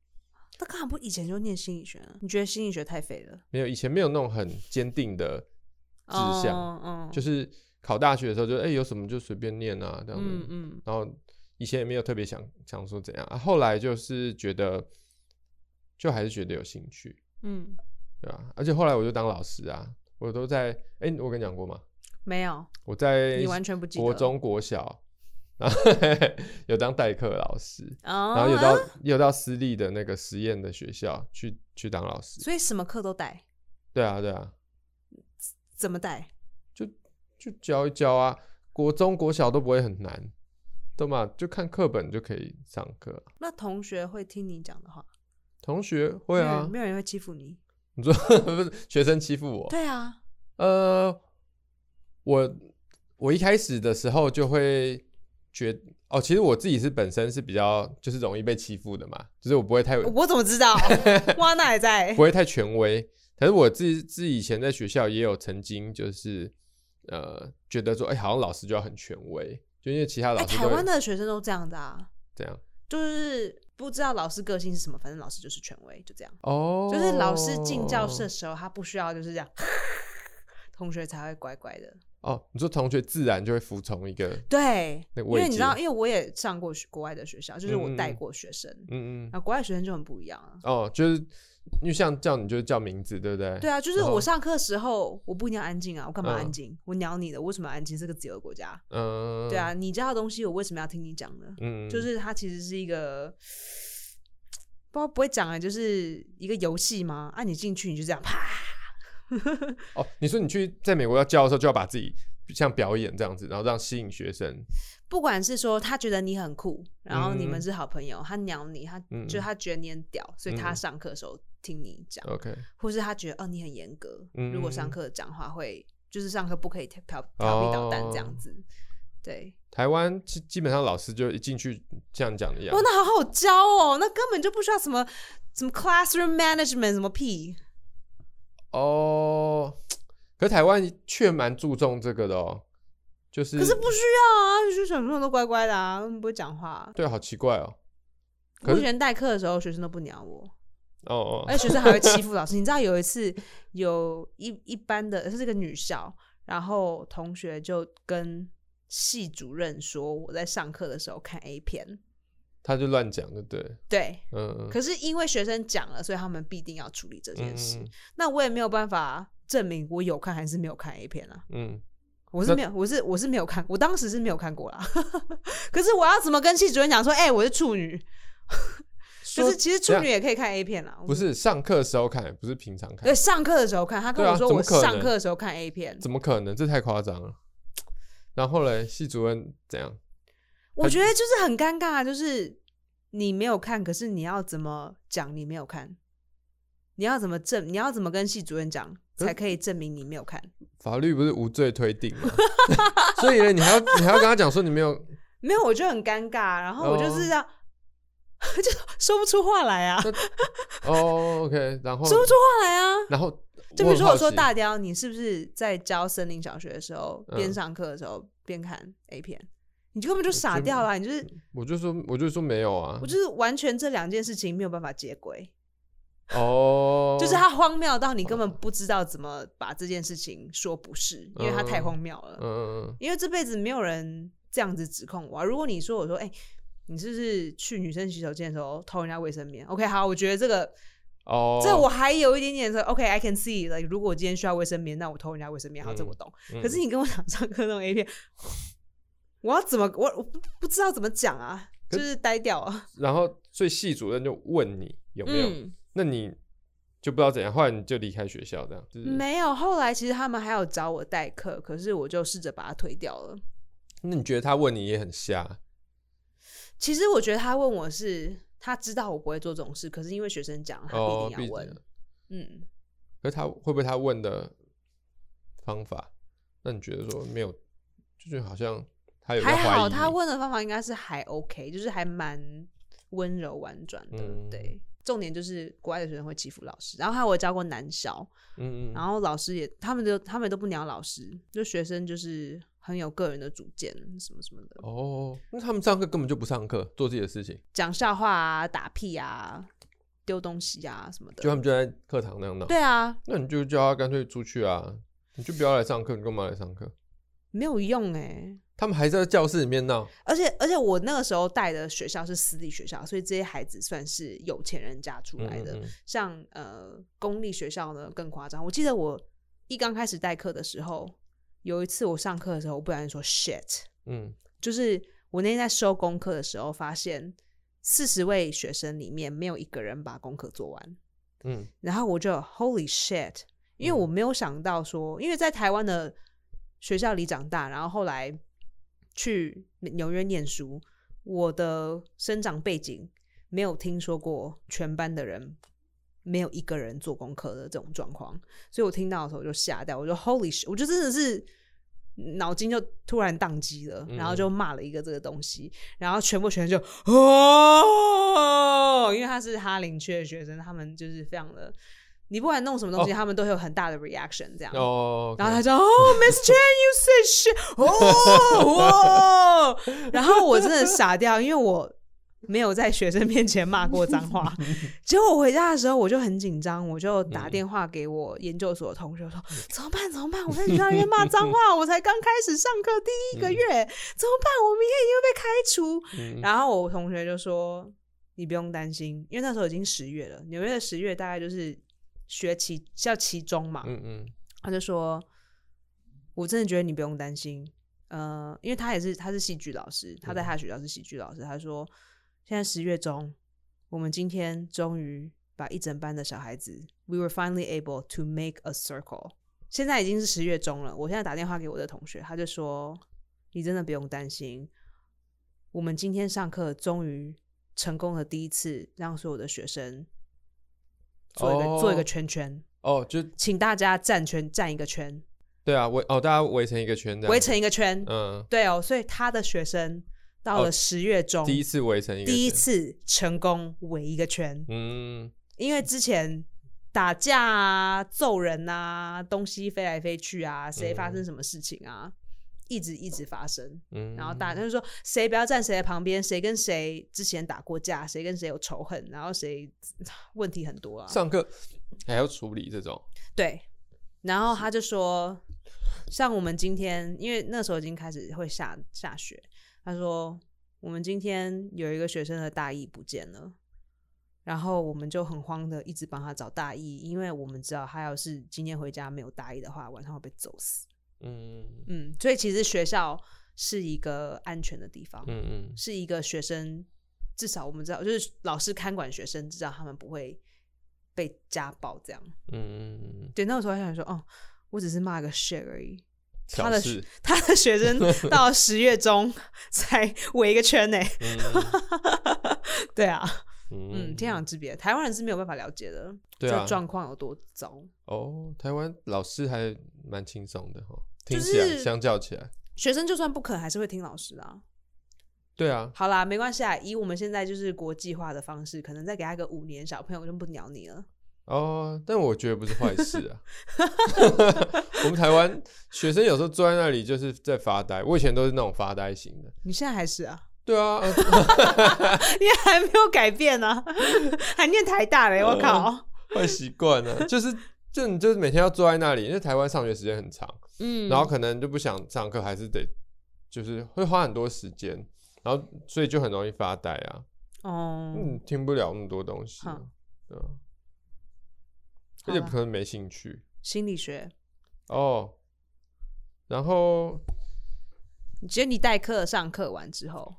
那干嘛不以前就念心理学呢？你觉得心理学太废了？没有以前没有那种很坚定的志向，哦嗯，就是考大学的时候就哎、有什么就随便念啊这样子，嗯嗯然后以前也没有特别想想说怎样啊，后来就是觉得就还是觉得有兴趣，嗯，对吧、而且后来我就当老师啊，我都在哎、我跟你讲过吗？没有，我在你完全不记得。国中国小，然后 有当代课老师，哦，然后有啊到、有到私立的那个实验的学校去去当老师，所以什么课都带，对啊对啊，怎么带？就教一教啊，国中国小都不会很难，懂吗？就看课本就可以上课。啊那同学会听你讲的话，同学会没有啊人，没有人会欺负你。你说 不是学生欺负我？对啊，呃，我我一开始的时候就会觉哦，其实我自己是本身是比较就是容易被欺负的嘛，就是我不会太我怎么 知道？哇，那也在不。会太权威。可是我自己自己以前在学校也有曾经就是呃觉得说，哎、好像老师就要很权威，就因为其他哎、啊老师台都会湾的学生都这样的啊，这样就是不知道老师个性是什么，反正老师就是权威，就这样。哦，就是老师进教室的时候，他不需要就是这样， 同学才会乖乖的。哦，你说同学自然就会服从一个，对，那个因位为你知道，阶因为我也上过学国外的学校，就是我嗯带嗯嗯过学生，嗯嗯，啊，国外学生就很不一样啊。哦，就是因为像叫你就是叫名字，对不对？对啊，就是然后我上课的时候，我不一定要安静啊，我干嘛嗯安静？我鸟你的，我为什么要安静？是个自由的国家，嗯，对啊，，你教的东西我为什么要听你讲呢？嗯，就是它其实是一个，不知道不会讲啊，就是一个游戏吗？啊，你进去你就这样啪，哦，你说你去在美国要教的时候，就要把自己像表演这样子，然后让吸引学生，不管是说他觉得你很酷，然后你嗯们是好朋友，他鸟你，他、嗯就他觉得你很屌，所以他嗯上课的时候听你讲， OK，或是他觉得哦你很严格，嗯如果上课讲话会就是上课不可以调调调皮捣蛋这样哦子，对。台湾基基本上老师就一进去像你讲的一样哇，，那好好教哦，那根本就不需要什么什么 classroom management 什么屁。哦，可台湾却蛮注重这个的哦，就是可是不需要啊，就是小朋友都乖乖的啊，不会讲话、对，好奇怪哦，可我是以前代课的时候，学生都不鸟我，哦哦，哎而且学生还会欺负老师。你知道有一次有一一班的，是这个女校，然后同学就跟系主任说我在上课的时候看 A 片，他就乱讲，对不对？对。嗯，可是因为学生讲了，所以他们必定要处理这这件事。那我也没有办法证明我有看还是没有看 A 片啊。嗯，我是那没有，我是我是没有看，我当时是没有看过啦。 可是我要怎么跟系主任讲说，哎、我是处女？可说是其实处女也可以看 A 片啦。不是上课时候看，也不是平常看对，，上课的时候看，他跟对啊我说怎我么可能上课的时候看 A 片，怎么可能？这太夸张了。然后嘞，系主任怎样？我觉得就是很尴尬啊，就是你没有看，可是你要怎么讲你没有看？你要怎么证？你要怎么跟系主任讲可是才可以证明你没有看？法律不是无罪推定 吗？所以呢，你还要你还要跟他讲说你没有，没有，我就很尴尬，啊然后我就是哦这样， 就说不出话来啊，哦，OK，然后说不出话来啊。然后就比如说很我好说奇大雕，你是不是在教森林小学的时候，嗯呃边上课的时候边看 A 片？你就根本就傻掉了啊，你就是我嗯就说我就说没有啊我，就是完全这两件事情没有办法接轨，哦，就是它荒谬到你根本不知道怎么把这件事情说不是，因为它太荒谬了。嗯嗯因为这辈子没有人这样子指控我、啊。如果你说我说，哎、你是不是去女生洗手间的时候偷人家卫生棉？OK，好，我觉得这个哦，这我还有一点点说，OK，I、can see，like, 如果我今天需要卫生棉，那我偷人家卫生棉，好，这嗯我懂。嗯可是你跟我讲上课那种 A 片，我要怎么我我不不知道怎么讲啊，可就是呆掉啊。然后所以系主任就问你有没有，嗯，那你就不知道怎样，后来你就离开学校这样，就是没有。后来其实他们还有找我代课，可是我就试着把它推掉了。那你觉得他问你也很瞎，其实我觉得他问我是他知道我不会做这种事，可是因为学生讲，他哦必定毕要问。嗯，可是他会不会他问的方法，那你觉得说没有，就是好像他有在还怀疑好你他问的方法应该是还 OK，就是还蛮温柔婉转的。嗯对，重点就是国外的学生会欺负老师，然后还有我教过男校，嗯嗯然后老师也，他们就他们都不鸟老师，就学生就是很有个人的主见，什么什么的，哦，那他们上课根本就不上课，做自己啊的事情，讲笑话啊、打屁啊、丢东西啊什么就他的。们就在课堂那样闹。对啊，那你就叫他干脆出去啊，你就不要来上课，你干嘛来上课？没有用哎、他们还在教室里面闹，而且而且我那个时候带的学校是私立学校，所以这些孩子算是有钱人家出来的。嗯嗯嗯像呃公立学校呢更夸张，我记得我一刚开始代课的时候，有一次我上课的时候，我不小心说 shit，嗯，就是我那天在收功课的时候，发现四十位学生里面没有一个人把功课做完，嗯，然后我就 Holy shit，因为嗯我没有想到说，因为在台湾的学校里长大，然后后来去纽约念书，我的生长背景没有听说过全班的人。没有一个人做功课的这种状况，所以我听到的时候我就吓到，我就 Holy shit，我就真的是脑筋就突然宕机了，然后就骂了一个这个东西，然后全部学生就哦，因为他是哈林区的学生，他们就是非常的，你不管弄什么东西，哦他们都会有很大的 reaction 这样。哦，啊然后他就哦、m i s s Chen，you said shit，哦，哦然后我真的傻掉，因为我没有在学生面前骂过 脏话。结果我回家的时候，我就很紧张，我就嗯打电话给我研究所的同学我说：“怎么办？怎么办？我在学校里面骂 脏话，我才刚开始上课第一个月，怎么办？我明天一定会被开除。”嗯然后我同学就说：“你不用担心，因为那时候已经十月了，纽约的十月大概就是学期叫期中嘛，嗯嗯他就说：“我真的觉得你不用担心，呃，因为他也是他是戏剧老师，他在他学校是戏剧老师。他说现在十月中，我们今天终于把一整班的小孩子，we were finally able to make a circle。现在已经是十月中了，我现在打电话给我的同学，他就说你真的不用担心，我们今天上课终于成功了第一次让所有的学生做一个、做一个哦圈圈。”哦，就请大家站圈站一个圈，对啊，围哦，大家围成一个圈这样，围成一个圈。嗯，对哦，所以他的学生到了哦十月中、第一次围成一个，第一，次成功围一个圈，嗯，因为之前打架啊、揍人啊、东西飞来飞去啊、谁发生什么事情啊，一直一直发生。嗯，然后大家就是说谁不要站谁的旁边，谁跟谁之前打过架，谁跟谁有仇恨，然后谁 问题很多啊。上课还要处理这种，对，然后他就说，像我们今天，因为那时候已经开始会下下雪，他说我们今天有一个学生的大衣不见了，然后我们就很慌的一直帮他找大衣，因为我们知道他要是今天回家没有大衣的话，晚上会被揍死。嗯嗯，所以其实学校是一个安全的地方，嗯嗯是一个学生，至少我们知道，就是老师看管学生，知道他们不会被家暴这样。嗯嗯，对，那个时候还想说，哦，我只是骂个 shit 而已。 他小的事，他的学生到十月 中才围一个圈呢、 嗯对啊，嗯，嗯，天壤之别，台湾人是没有办法了解的，对这啊，状况有多糟。哦，台湾老师还蛮轻松的哈，就听起来是相较起来，学生就算不肯，还是会听老师的啊。对啊，好啦，没关系啊，以我们现在就是国际化的方式，可能再给他个五年，小朋友就不鸟你了。哦，但我觉得不是坏事 啊。我们台湾学生有时候坐在那里就是在发呆，我以前都是那种发呆型的。你现在还是啊， 对啊，呃你还没有改变呢、啊， 还念台大嘞，嗯我靠，坏习惯啊，就是就你就是每天要坐在那里，因为台湾上学时间很长，嗯，然后可能就不想上课，还是得就是会花很多时间，然后所以就很容易发呆啊，哦，嗯，听不了那么多东西啊好，对啊，好而且啦可能没兴趣心理学，哦。然后你觉得你代课上课完之后，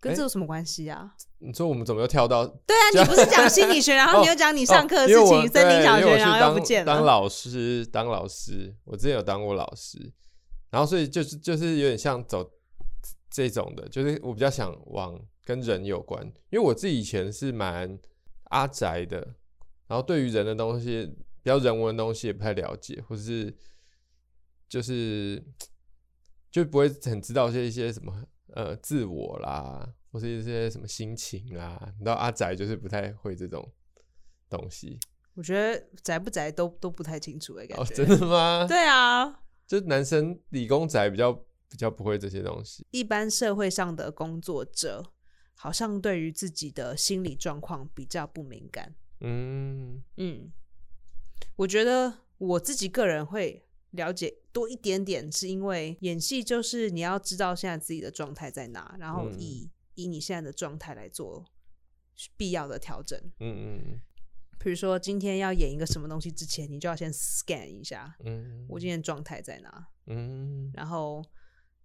跟哎这有什么关系啊？你说我们怎么又跳到对啊，你不是讲心 理学，然后你又讲你上课的事哦因为情，我森林小对因为学，我然后去又当不见当了。老师，当老师，我之前有当过老师，然后所以就是就是有点像走这种的，就是我比较想往跟人有关，因为我自己以前是蛮阿宅的，然后对于人的东西，比较人文的东西也不太了解，或者是就是就不会很知道这一些什么呃自我啦，或是一些什么心情啦，你知道阿宅就是不太会这种东西。我觉得宅不宅都都不太清楚的感哦，觉。真的吗？，对啊，就是男生理工仔比较比较不会这些东西。一般社会上的工作者好像对于自己的心理状况比较不敏感。嗯嗯，我觉得我自己个人会了解多一点点，是因为演戏就是你要知道现在自己的状态在哪，然后嗯以、以你现在的状态来做必要的调整。嗯比如说今天要演一个什么东西之前，你就要先 scan 一下嗯嗯我今天状态在哪，嗯然后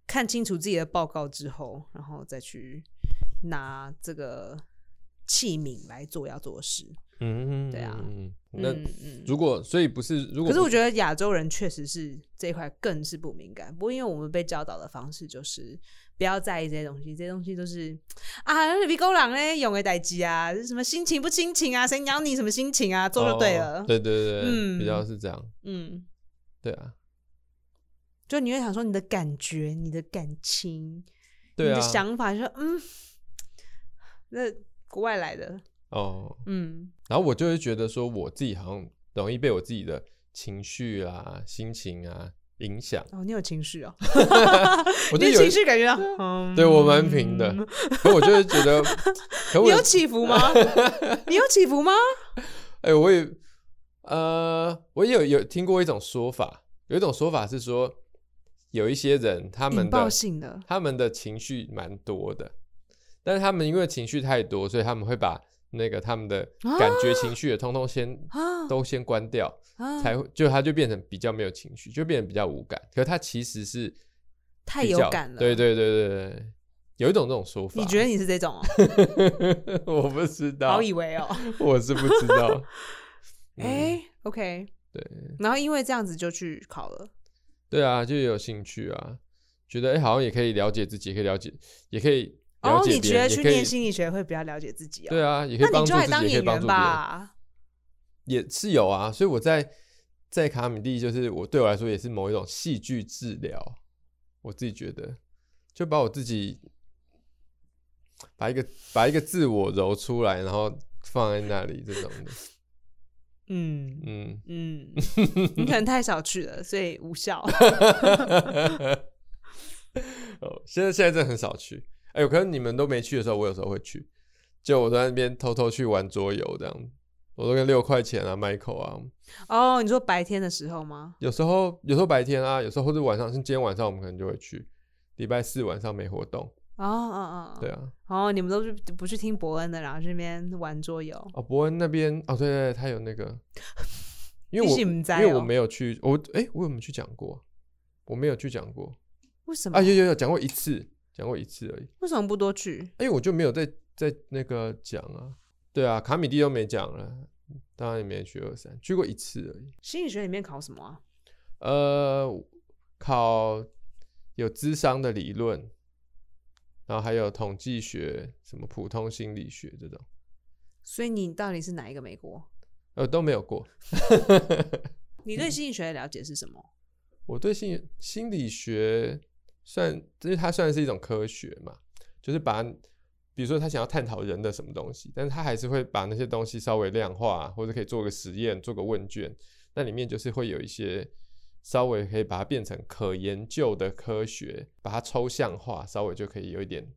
看清楚自己的报告之后，然后再去拿这个器皿来做要做的事。嗯，对啊嗯那嗯嗯如果所以不是如果可是我觉觉得亚洲人确实是这一块更是不敏感，不过因为我们被教导的方式就是不要在意这些东西，这些东西都是啊，你狗狼嘞，用的代机啊，什么心情不心情啊，谁鸟你什么心情啊，做就对了。哦对对对，嗯比较是这样。嗯，对啊，就你会想说你的感觉、你的感情、对你啊的。想法，就说嗯，那国外来的，哦，嗯然后我就会觉得说，我自己好像容易被我自己的情绪啊、心情啊影 响。哦，你有情绪哦，我就你的有一情，绪感觉到，嗯，对我蛮平的嗯可我就会觉 得，可你我有起 伏吗？你有起伏吗？哎、我也，呃，我也有有听过一种说法，有一种说法是说，有一些人他们引爆的性的，他们的情绪蛮多的，但是他们因为情绪太多，所以他们会把那个他们的感觉、情绪也通通先、啊都先关掉，啊，才会就他就变成比较没有情绪，就变得比较无感。可他其实是太比有较感了。对，对对对对，有一种这种说法，你觉得你是这种 哦？得？ 我不知道好，以为哦，我是不知 道。啊嗯，哎，OK，对。然后因为这样子就去考了，对啊，就有兴趣啊，觉得哎、诶好像也可以了解自己，也可以了解，也可以了哦，解你别觉人，得也去可以念心理学会比较了解自己哦？对啊，也可以那帮你助就来自己，当也可以演帮员助别人，吧。也是有啊。所以我在在卡米蒂，就是我对我来说也是某一种戏剧治疗，我自己觉得，就把我自己把一个把一个自我揉出来，然后放在那里这种的，嗯嗯， 嗯，你可能太少去了，所以 无效。哦，现在现在真的很少去。哎、呦，可能你们都没去的时候，我有时候会去，就我在那边偷偷去玩桌游这样。我都跟六块钱啊、Michael 啊，哦，你说白天的时候吗？有时候有时候白天啊，有时候或者晚上，像今天晚上我们可能就会去。礼拜四晚上没活动，哦哦哦，对。啊，哦，你们都是不去听伯恩的，然后这边玩桌游。哦，伯恩那边哦，对对对，他有那 个，因为你我是不知道因为我哦没有去，我哎、我有没有去讲过？我没有去讲过为什么？啊，有有有讲过一次，讲过一次而已，为什么不多去？因为我就没有在在那个讲啊，对啊，卡米蒂都没讲了，当然也没去二三，去过一次而已，心理学里面考什么啊？呃，考有智商的理论，然后还有统计学、什么普通心理学这种。所以你到底是哪一个美国？呃，都没有过。你嗯对心理学的了解是什么？我对心心理学算，因为它算是一种科学嘛，就是把，比如说他想要探讨人的什么东西，但是他还是会把那些东西稍微量化，或者可以做个实验，做个问卷，那里面就是会有一些稍微可以把它变成可研究的科学，把它抽象化，稍微就可以有一点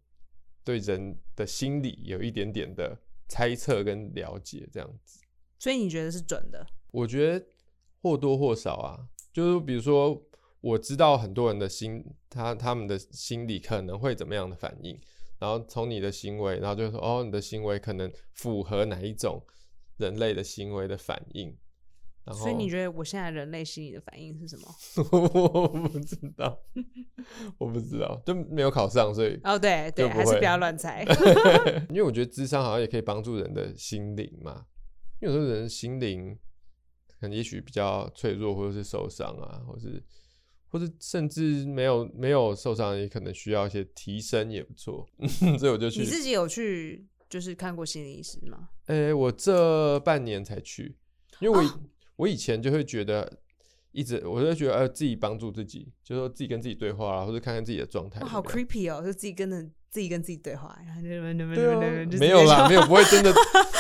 对人的心理有一点点的猜测跟了解这样子。所以你觉得是准的？我觉得或多或少啊，就是比如说，我知道很多人的心，他他们的心理可能会怎么样的反应，然后从你的行为，然后就说哦，你的行为可能符合哪一种人类的行为的反应。然后所以你觉得我现在人类心理的反应是什么？ 我不知道，我不知道，就没有考上，所以哦，对对，就不还是会 不要乱猜。因为我觉得智商好像也可以帮助人的心灵嘛，因为有时候人的心灵可能也许比较脆弱，或者是受伤啊，或是或是甚至没有没有受伤，也可能需要一些提升也不 错。所以我就去你，自己有去就是看过心理医师吗？诶、我这半年才去，因为我以、哦我以前就会觉得。一直我就觉得，呃，自己帮助自己，就是说自己跟自己对话啊，或者看看自己的状态哇，怎么样。好 creepy 哦，就自己跟着自己跟自己对话，然后就对啊就，没有啦，没 有，不会真的，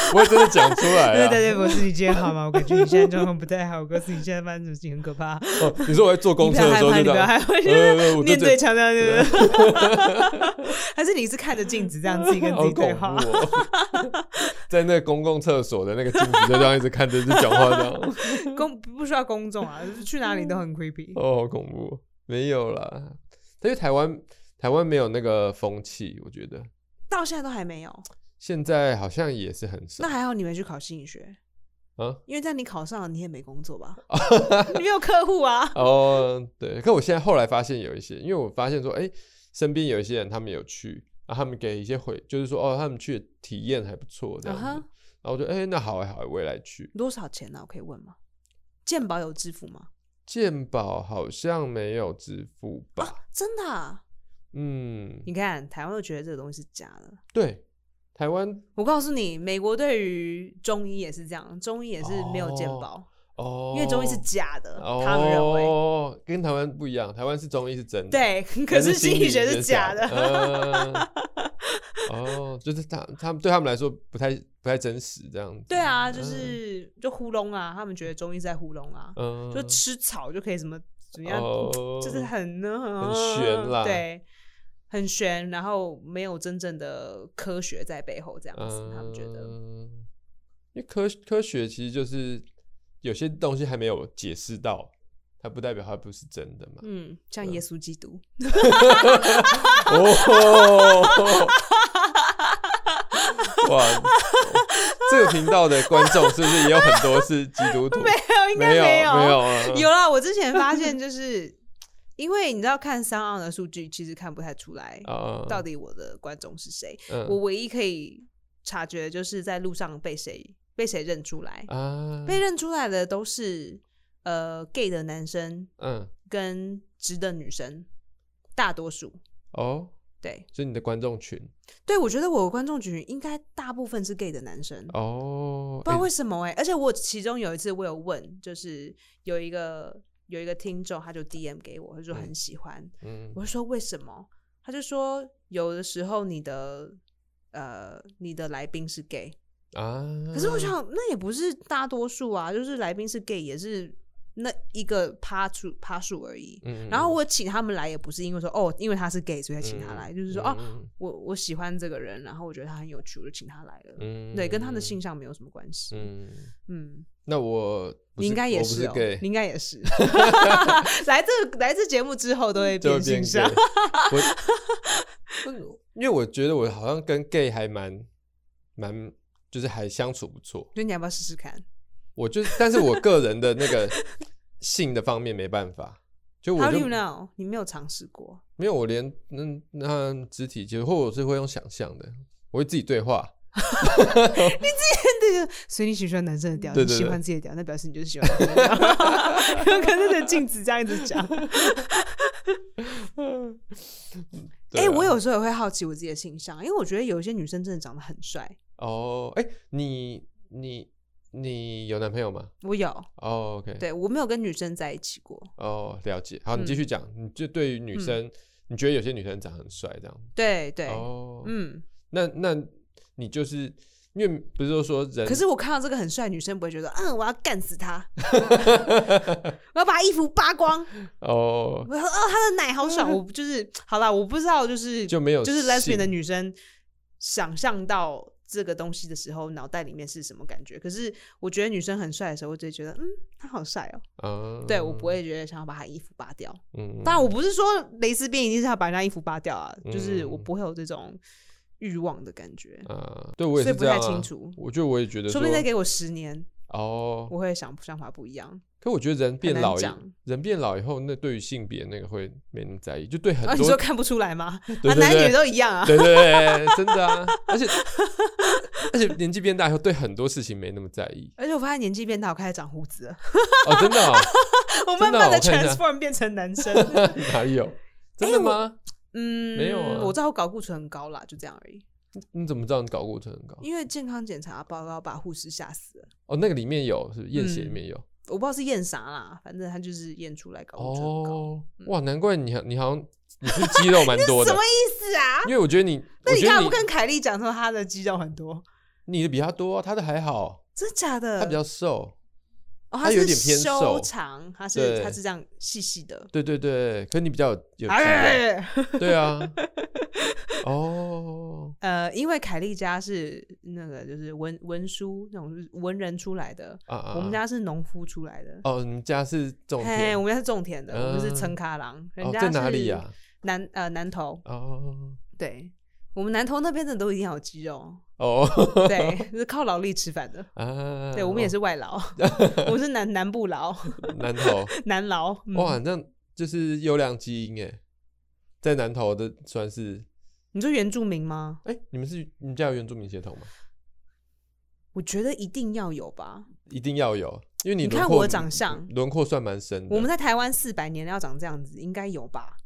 不会真的讲出来对啊。对对，我是你今天好吗？我感觉你现在状况不太好，我告诉你现在发生什么事情很可怕。哦，你说我在坐 公你不车要的害时候怕，就你不要害怕，这样，呃，呃我就面这对样墙这样对不 对？还是你是看着镜子这样自己跟自好己恐对怖话？哦， 在那个公共厕所的那个镜子就这样一直看着，就讲话这样， 公不需要公众啊，就是去哪里都很 creepy。哦，好恐怖哦，没有啦，但是台湾台湾没有那个风气，我觉得到现在都还没有。现在好像也是很少那还好你没去考心理学，啊。因为在你考上了，你也没工作 吧？你没有客户啊？哦，对，可我现在后来发现有一些，因为我发现说，哎，身边有一些人他们有去，啊，他们给一些回，就是说，哦，他们去的体验还不错这样子啊哈然后我就，哎，那好哎好哎，我也来去。多少钱啊呢、我可以问吗？健保有支付吗？健保好像没有支哦付吧？真的、啊？嗯，你看台湾都觉得这个东西是假的。对，台湾我告诉你，美国对于中医也是这样，中医也是没有健保，哦，因为中医是假的，哦，他们认为。跟台湾不一样，台湾是中医是真的，，对，可是心理学是假的。的。嗯哦，就是他他们对他们来说不太不太真实这样子。 对啊，就是、就糊弄啊，他们觉得中医在糊弄啊，嗯，就吃草就可以怎么怎么样，哦，就是很哦很玄啦对，很玄，然后没有真正的科学在背后这样子，他们觉得嗯因为科科学其实就是有些东西还没有解释到，它不代表它不是真的嘛。嗯，像啊耶稣基督， 哦，哇，这个频道的观众是不是也有很多是基督徒？应该有，没有，啊有啦，我之前发现就是因为你知道看三岸的数据，其实看不太出来啊，到底我的观众是谁。嗯我唯一可以察觉的就是在路上被谁被谁认出来，啊，被认出来的都是呃 gay 的男生嗯跟直的女生，大多数。哦，对，所以你的观众群对我觉得我的观众群应该大部分是 gay 的男生。哦，不知道诶为什么哎、而且我其中有一次我有问，就是有一个有一个听众，他就 DM 给我，他就说很喜欢，嗯我就说为什么？他就说有的时候你的呃你的来宾是 gay，啊，可是我想那也不是大多数啊，就是来宾是 gay 也是那一个趴数趴数而已。嗯然后我请他们来，也不是因为说哦，因为他是 gay 所以才请他来，就是说哦，，嗯我我喜欢这个人，然后我觉得他很有趣，我就请他来了。嗯对，跟他的性，向没有什么关系。嗯，嗯，那我不你应是该也我不是是哦， gay，你应该也 是。来这来这节目之后都会就变会变性 gay 向，我嗯因为我觉得我好像跟 gay 还蛮蛮，就是还相处不错。所以你要不要试试看？我就，但是我个人的那个性的方面没办法，就 How 我 do 就 you know？你没有尝试过， 没有，我连嗯那肢体接触，或我是会用想象的，我会自己对话。那个随你喜欢男生的屌，对你对喜对欢自己的屌，那表示你就是喜欢男生的 屌。跟那个镜子这样一直讲。啊对哎、啊我有时候也会好奇我自己的性向，因为我觉得有一些女生真的长得很帅。哦，哎、你你你有男朋友吗？我有，哦，OK，对我没有跟女生在一起过。哦，了解。好，你继嗯续讲，你就对于女嗯生，你觉得有些女生长得很帅这样？对对，哦，嗯。那那你就是因为不是都说人，可是我看到这个很帅的女生，不会觉得，嗯，我要干死她， 我要把她衣服扒光，哦我要说，哦，她的奶 好爽，我就是好啦，我不知道，就是就没有就是 lesbian 的性女生想象到这个东西的时候，脑袋里面是什么感觉？可是我觉得女生很帅的时候，我就会觉得，嗯，她好帅哦、啊，对我不会觉得想要把她衣服扒掉。嗯，当然，我不是说蕾丝边一定是要把人家衣服扒掉啊，就是我嗯不会有这种欲望的感觉，啊，对我也所是以不这样太啊清楚我觉得我也觉得说不定再说给我十年，哦，我会想想法不一样。可我觉得人变难老以，讲人变老以后，那对于性别那个会没那么在意，就对很啊，你多说看不出来吗？ 对对啊，男对女都一 样啊。对对对，真的啊，而且而且年纪变大以后，对很多事情没那么在意而且我发现年纪变大，我开始长胡子了，哦，真的哦， 我真慢的哦慢的我看一下 transform 变成男生。 哪有？真哎的吗？嗯，没有啊我知道我睾固醇很高啦，就这样而已。你怎么知道你睾固醇很高？因为健康检查报告把护士吓死了，哦，那个里面有，是不是验血里嗯面有。我不知道是验啥啦，反正他就是验出来睾固醇很高。嗯哦，哇，难怪你好你好像你是肌肉蛮多 的什么，意思啊？因为我觉得你，那我你觉干得嘛不跟凯莉讲说她的肌肉很多？你的比他多啊，他的还好，真假的？他比较瘦。哦，她他有是点偏修瘦长，他对是他是这样细细的。对对对，可你比较有有肌肉，哎，对啊。哦，呃，因为凯莉家是那个就是文文书那种就是文人出来的，啊啊，我们啊家是农夫出来的。哦，你们家是种嘿，田我，们家是种田的，我们是嗯陈卡郎，人哦，家在哪里呀是？南呃南投，哦对我们南投那边的都一定要有 鸡肉，哦对，就是靠劳力 吃饭的。啊，对我们也是外劳，嗯我们是南南部劳、哦南投南劳。 嗯哇，这样就是优良基因哎，在南投的算是你说原住民吗？哎，你们是你们家有原住民血统吗？我觉得一定要有吧。一定要有，因为你你轮看廓我的长相轮廓算蛮深的。我们在台湾四百年要长这样子，应该有吧？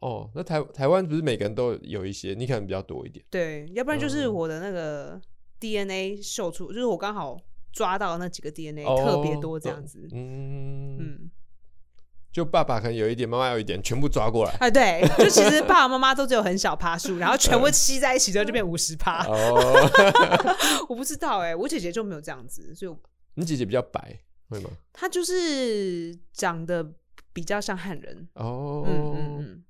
哦，那台台湾不是每个人都有一些，你可能比较多一点。对，要不然就是嗯我的那个 DNA 秀出，就是我刚好抓到那几个 DNA 哦特别多这样子。嗯嗯，就爸爸可能有一点，妈妈有一点，全部抓过来。啊，对，就其实爸爸妈妈都只有很小趴数，然后全部吸在一起之后就变五十趴。 哦，我不知道哎、我姐姐就没有这样子，所以我你姐姐比较白，会吗？她就是长得比较像汉人。哦，嗯嗯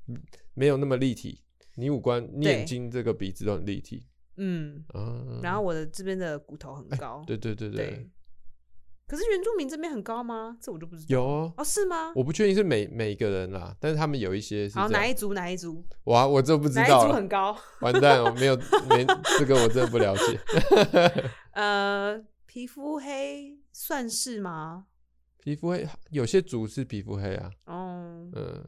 没有那么立体。你五官、你对眼睛、这个鼻子都很立体嗯啊嗯，。然后我的这边的骨头很高，哎对对对对对，可是原住民这边很高吗？这我就不知道。有哦。哦，是吗？我不确定是每每一个人啦，但是他们有一些是好，这哪样。一族哪一族哇，我这不知哪一道族了，很高？ 完蛋，我没有没这个我真的不了解。 呃，皮肤黑算是吗？皮肤黑，有些族是皮肤黑啊，哦，嗯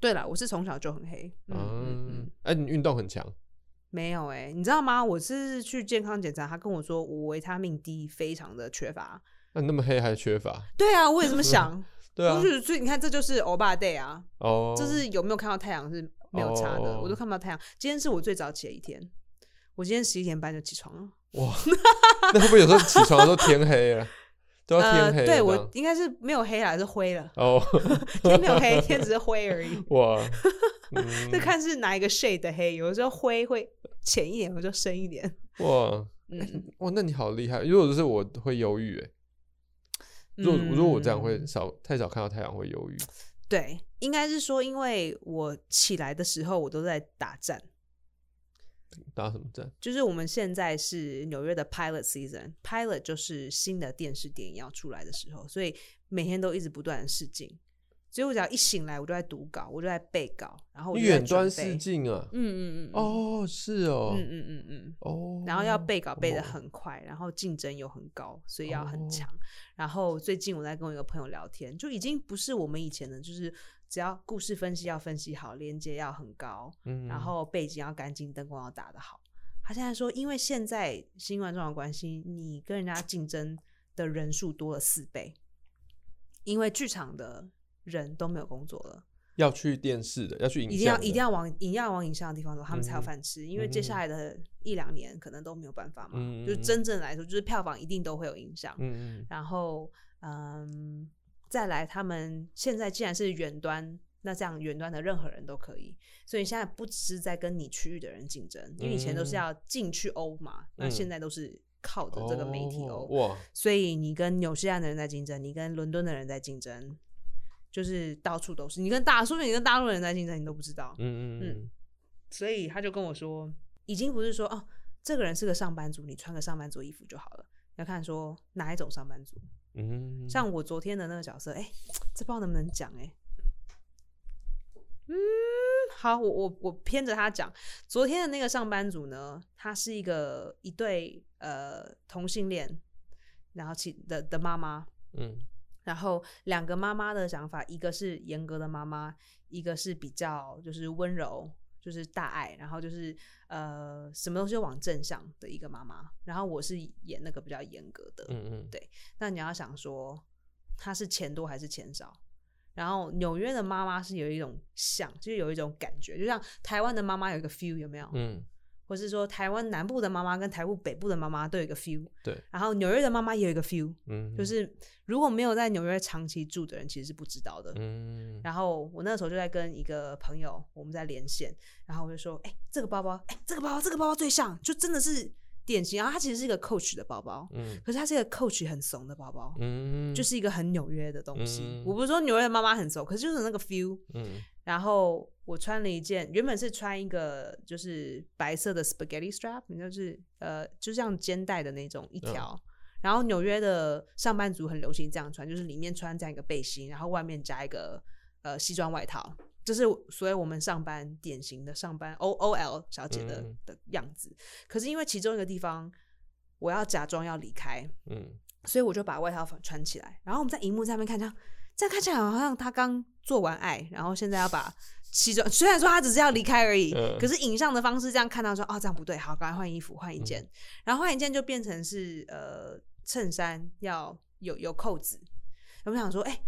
对了，我是从小就很黑。嗯嗯嗯嗯，，哎、你运动很强没有哎、你知道吗？我是去健康检查，他跟我说我维他命 D 非常的缺乏。那、你那么黑还缺乏？对啊，我也这么想。 对啊我，就所以你看，这就是欧巴 day 啊，哦，就，是有没有看到太阳是没有差的，哦我都看不到太阳。今天是我最早起的一天，我今天十一点半就起床了。那会不会有时候起床的时候天黑 了，都要天呃，黑了这对样、我应该是没有黑啦，是灰了， 哦，天没有黑，天只是灰而已。哇，就嗯、看是哪一个 shade 的黑，有的时候灰会浅一点，有的时候深一点。哇 嗯哇，那你好厉害！如果是我会忧郁、欸，如果如果我这样嗯会少太少看到太阳会忧郁，对，应该是说，因为我起来的时候我都在打战，打哦什么战？就是我们现在是纽约的 pilot season，pilot 就是新的电视电影要出来的时候，所以每天都一直不断的试镜。所以我只要一醒来，我就在读稿，我就在背稿，然后我你就在远端准备视，镜啊？嗯嗯嗯，嗯，哦，是哦，嗯嗯嗯嗯，哦，然后要背稿背得哦很快，然后竞争又很高，所以要哦很强。然后最近我在跟我一个朋友聊天，就已经不是我们以前的，就是只要故事分析要分析好，连接要很高，嗯然后背景要干净，灯光要打得好。他现在说，因为现在新冠状的关系，你跟人家竞争的人数多了四倍，因为剧场的人都没有工作了。要去电视的，要去影像一定要的一定，要往一定要往影像的地方走，他们才有嗯哼饭吃。因为接下来的一两年可能都没有办法嘛，嗯嗯就是嗯真正来说，就是票房一定都会有影响。嗯嗯然后，嗯，再来，他们现在既然是远端，那这样远端的任何人都可以，所以现在不只是在跟你区域的人竞争，因为以前都是嗯要进去欧嘛，那嗯现在都是靠着这个媒体哦欧。哇，所以你跟纽西兰的人在竞争，你跟伦敦的人在竞争，就是到处都是。你跟大，说不定你跟大陆人在竞争，你都不知道。嗯嗯嗯嗯，所以他就跟我说，已经不是说哦，这个人是个上班族，你穿个上班族衣服就好了。要看说哪一种上班族，嗯，像我昨天的那个角色，哎、这不知道能不能讲哎、嗯，好，我我我偏着他讲。昨天的那个上班族呢，他是一个一对呃同性恋，然后其的的妈妈，嗯然后两个妈妈的想法，一个是严格的妈妈，一个是比较就是温柔，就是大爱，然后就是呃什么东西都往正向的一个妈妈。然后我是演那个比较严格的，嗯嗯，对那你要想说他是钱多还是钱少。然后纽约的妈妈是有一种像，就是有一种感觉，就像台湾的妈妈有一个 feel 有没有？嗯或是说台湾南部的妈妈跟台湾北部的妈妈都有一个 feel，对。然后纽约的妈妈也有一个 feel，嗯，就是如果没有在纽约长期住的人，其实是不知道的。嗯，然后我那时候就在跟一个朋友，我们在连线，然后我就说：“哎、这个包包，哎、这个包包，这个包包最像，就真的是典型。”然后它其实是一个 Coach 的包包，嗯可是它是一个 Coach 很怂的包包，嗯，就是一个很纽约的东西。嗯我不是说纽约的妈妈很怂，可是就是那个 feel。嗯然后我穿了一件，原本是穿一个就是白色的 spaghetti strap，你就是呃，就像肩带的那种一条。然后纽约的上班族很流行这样穿，就是里面穿这样一个背心，然后外面加一个呃西装外套，这是所以我们上班典型的上班 O O L 小姐的、嗯的样子。可是因为其中一个地方我要假装要离开，嗯所以我就把外套穿起来，然后我们在荧幕上面看，这样这样看起来好像他刚做完爱，然后现在要把西装，虽然说他只是要离开而已，嗯可是影像的方式这样看到说，哦，这样不对，好，赶快换衣服，换一件，然后换一件就变成是呃衬衫要有有扣子，我们想说，哎、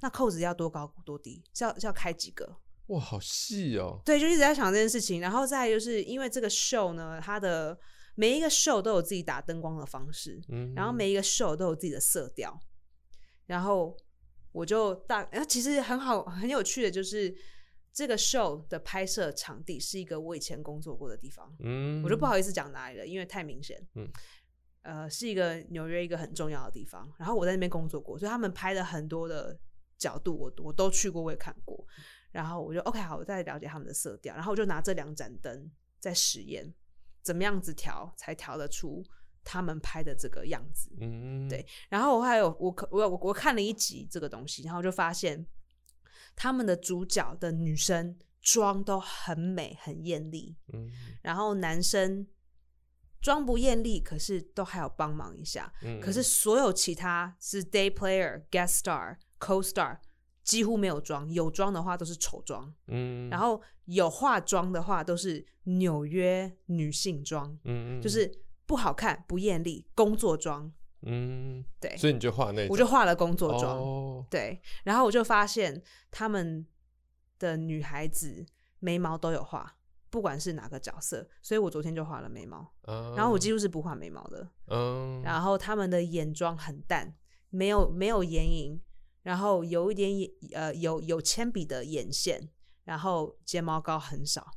那扣子要多高多低，是要是要开几个？哇，好细哦，对，就一直在想这件事情。然后再来就是因为这个秀呢，它的每一个秀都有自己打灯光的方式，嗯，然后每一个 show 都有自己的色调，然后我就大，然后其实很好很有趣的就是这个 show 的拍摄场地是一个我以前工作过的地方，嗯，我就不好意思讲哪里了，因为太明显。嗯呃，是一个纽约一个很重要的地方，然后我在那边工作过，所以他们拍的很多的角度我我都去过，我也看过。嗯然后我就 OK 好，我再了解他们的色调，然后我就拿这两盏灯在实验，怎么样子调才调得出他们拍的这个样子。嗯，对，然后我还有我可我有我我看了一集这个东西，然后就发现他们的主角的女生妆都很美很艳丽，嗯然后男生妆不艳丽，可是都还有帮忙一下。嗯，可是所有其他是 day player、guest star、co star 几乎没有妆，有妆的话都是丑妆，嗯，然后有化妆的话都是纽约女性妆，嗯就是不好看、不艳丽，工作妆。嗯，对，所以你就画那，我就化了工作妆。哦，对，然后我就发现他们的女孩子眉毛都有画，不管是哪个角色，所以我昨天就画了眉毛，然后我几乎是不画眉毛的。啊嗯，然后他们的眼妆很淡，没有没有眼影，然后有一点眼呃有有铅笔的眼线，然后睫毛膏很少。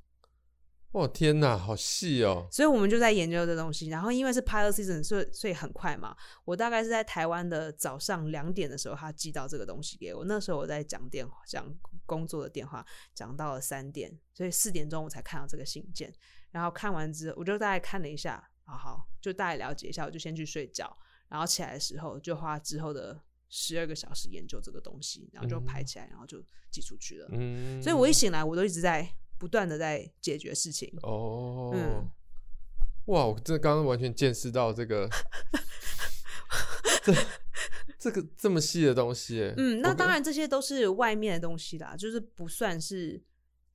哇天哪，好细哦！所以我们就在研究这东西。然后因为是 pilot season，所以所以很快嘛，我大概是在台湾的早上两点的时候，他寄到这个东西给我。那时候我在讲电话，讲工作的电话，讲到了三点，所以四点钟我才看到这个信件。然后看完之后，我就大概看了一下，啊好，就大概了解一下，我就先去睡觉。然后起来的时候，就花之后的十二个小时研究这个东西，然后就排起来，然后就寄出去了。嗯，所以我一醒来，我都一直在不断的在解决事情。哦，嗯哇，我这刚刚完全见识到这 个这这个这么细的东西耶。嗯，那我当然这些都是外面的东西啦，就是不算是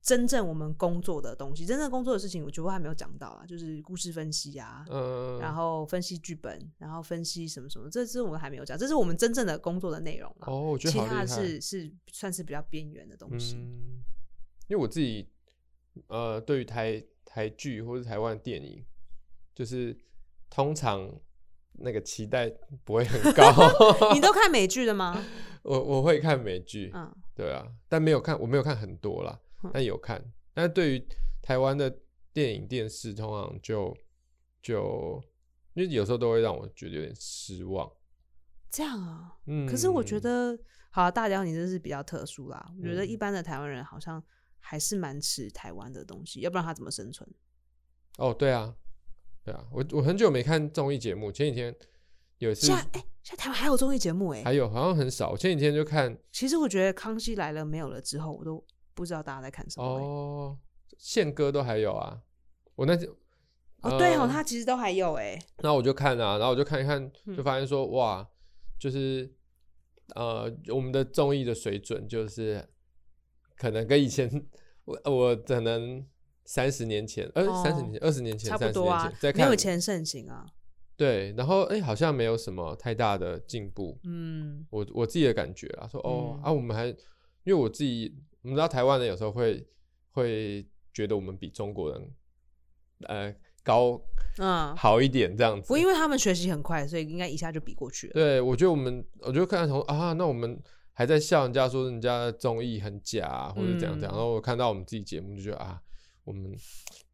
真正我们工作的东西。真正工作的事情，我觉得我还没有讲到啊，就是故事分析啊，嗯，然后分析剧本，然后分析什么什么，这是我们还没有讲，这是我们真正的工作的内容啊。哦，我觉得其好厉他害。的是是算是比较边缘的东西。嗯，因为我自己呃，对于台台剧或是台湾的电影，就是通常那个期待不会很 高。你都看美剧的吗？我我会看美剧， 嗯，对啊，但没有看，我没有看很多啦，但有看。但对于台湾的电影、电视，通常就就因为有时候都会让我觉得有点失望。这样啊。嗯，嗯可是我觉得，好、啊，大雕你这是比较特殊啦。我觉得一般的台湾人好像还是蛮吃台湾的东西，要不然他怎么生存？哦，对啊，对啊，我我很久没看综艺节目，前几天有一次现在哎、现在台湾还有综艺节目哎、嗯还有好像很少，我前几天就看其实我觉得《康熙来了》没有了之后，我都不知道大家在看什么欸、哦，宪哥都还有啊。我那天哦，对哦，呃他其实都还有哎、那我就看啊，然后我就看一看，就嗯发现说、哇，就是呃，我们的综艺的水准就是可能跟以前我我可能三十年前，呃，哦三十、年前、二十年前、差三十不多年啊前再，没看有钱盛行啊，对，然后哎、好像没有什么太大的进步，嗯我我自己的感觉啊，说哦、嗯啊，我们还因为我自己，我们知道台湾人有时候会会觉得我们比中国人呃高嗯，好一点这样子，不过因为他们学习很快，所以应该一下就比过去了。对，我觉得我们，我就看到从啊，那我们还在笑人家说人家的综艺很假、啊，或者怎样怎样，然嗯后我看到我们自己节目就觉得啊，我们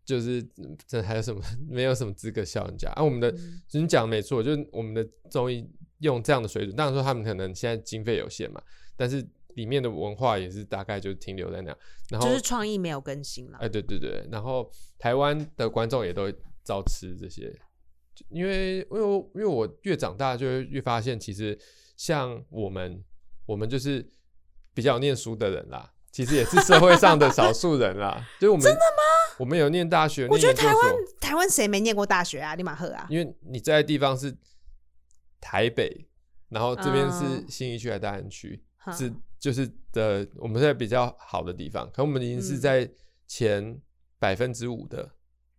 就是嗯这还有什么 没有什么资格笑人家啊？我们的、嗯你讲得没错，就是我们的综艺用这样的水准，当然说他们可能现在经费有限嘛，但是里面的文化也是大概就停留在那样，然后就是创意没有更新了哎，，对对对，然后台湾的观众也都遭吃这些，就因为因为我因为我越长大就会越发现，其实像我们我们就是比较有念书的人啦，其实也是社会上的少数人啦。 就是我们真的吗？我们有念大学，我念觉得研究台湾所台湾谁没念过大学啊？立马喝啊！因为你在的地方是台北，然后这边是嗯新一区还是大安区，哈是就是的，我们在比较好的地方，可我们已经是嗯在前百分之五的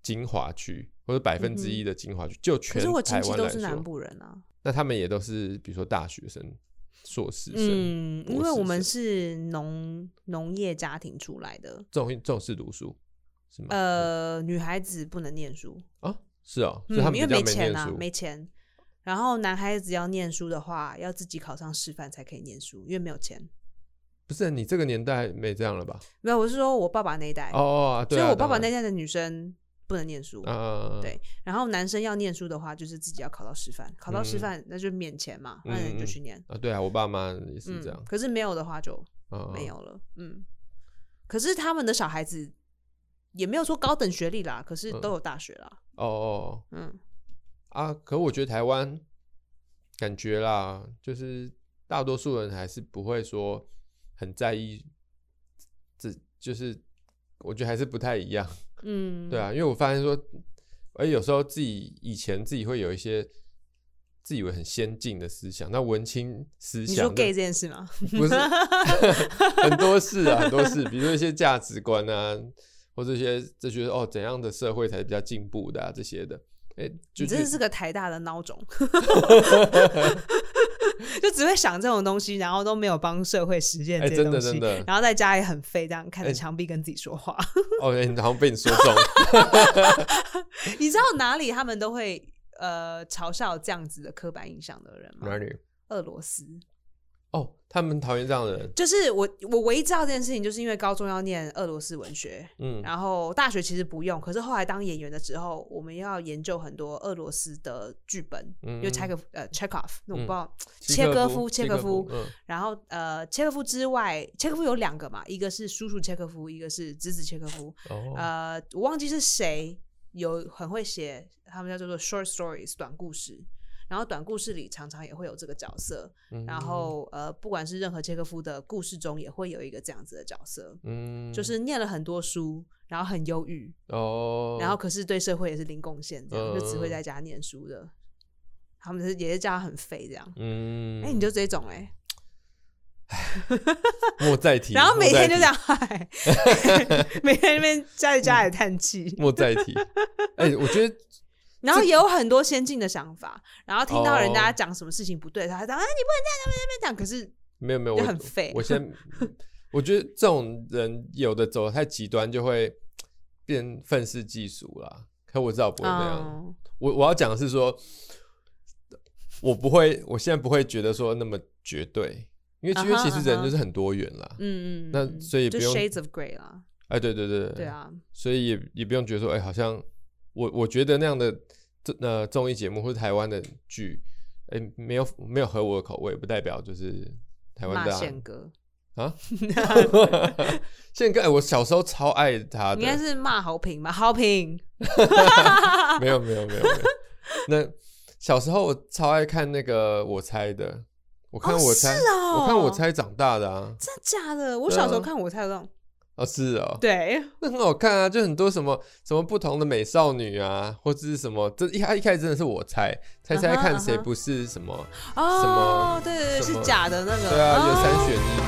精华区，或者百分之一的精华区，就嗯可全是我亲台戚湾都来是南说，部人啊，那他们也都是比如说大学生、硕士生，嗯，博因为士我们生是农农业家庭出来的，重重视读书是吗？嗯呃，女孩子不能念书，啊，是哦，所以嗯他，们因为比较没没钱念啊，书，没钱。然后男孩子要念书的话，要自己考上师范才可以念书，因为没有钱。不是你这个年代没这样了吧？没有，我是说我爸爸那一代，哦哦，啊对所以啊我爸爸那当一然代的女生不能念书。啊啊，啊对然后男生要念书的话，就是自己要考到师范，考到师嗯范那就免钱嘛，那嗯你就嗯去念。啊，对啊，我爸妈也是嗯这样，可是没有的话就啊，没有了。嗯，可是他们的小孩子也没有说高等学历啦，可是嗯都有大学啦。哦哦嗯，啊，可我觉得台湾感觉啦，就是大多数人还是不会说很在意，这就是我觉得还是不太一样，嗯，对啊，因为我发现说，而有时候自己以前自己会有一些自以为很先进的思想，那文青思你说想就 gay 这件事吗？不 是很多事啊，很多事，比如说一些价值观啊，或这些这些哦怎样的社会才是比较进步的啊这些的，哎、就你真是的是个台大 的孬种，就只会想这种东西，然后都没有帮社会实践哎、这些真东的西，真的然后在家也很废，这样看着哎墙壁跟自己说话。 哦，哎好像被你说中，你知道哪里他们都会呃嘲笑这样子的刻板印象的人吗？里？俄罗斯，哦，他们讨厌这样的人，就是我我唯一知道这件事情，就是因为高中要念俄罗斯文学，嗯，然后大学其实不用，可是后来当演员的时候，我们要研究很多俄罗斯的剧本，嗯有柴可夫呃柴可夫，那我不知道，契切科戈夫切契戈科夫夫，嗯然后呃切科夫之外，切科夫有两个嘛，一个是叔叔切科夫，一个是侄子切科夫，哦，呃，我忘记是谁有很会写，他们叫做 short stories 短故事。然后短故事里常常也会有这个角色，嗯然后呃，不管是任何切科夫的故事中，也会有一个这样子的角色，嗯，就是念了很多书，然后很忧郁，哦，然后可是对社会也是零贡献，这样、就只会嗯在家念书的。他们是也是叫他很废这样，嗯，哎、你就这种哎、莫再提，然后每莫再天就提这样，嗨， 每天在那边家里嗯家里叹气，莫再提。哎，我觉得然后也有很多先进的想法，然后听到人哦家讲什么事情不对，他还讲啊你不能这样，没有没有，就我很废我先，我觉得这种人有的走得太极端，就会变愤世嫉俗啦。可我知道不不会那能这样，那边那边样。讲。嗯，我我要讲的是说，我不会，我现在不会觉得说那么绝对，因为啊哈因为其实啊人哈就是很多元啦。嗯嗯，那嗯所以就不用 shades of grey 啦，哎，对对对对，啊，所以也也不用觉得说，哎、好像我我觉得那样的这呃综艺节目或者台湾的剧，哎、没有没有合我的口味，不代表就是台湾骂大 宪哥，宪哥、哎我小时候超爱他的应，该是骂好评吧？好评， 没有没有没有没有。那小时候我超爱看那个我猜的，我看哦我猜，是哦我看我猜长大的啊，真的假的？我对小时候啊看我才有这种，哦是哦，对，那很好看啊，就很多什么什么不同的美少女啊，或者是什么，这一开一开始真的是我猜猜猜啊哈看谁啊哈不是什么。哦，对对对，什么是假的那个，对啊，有哦三选一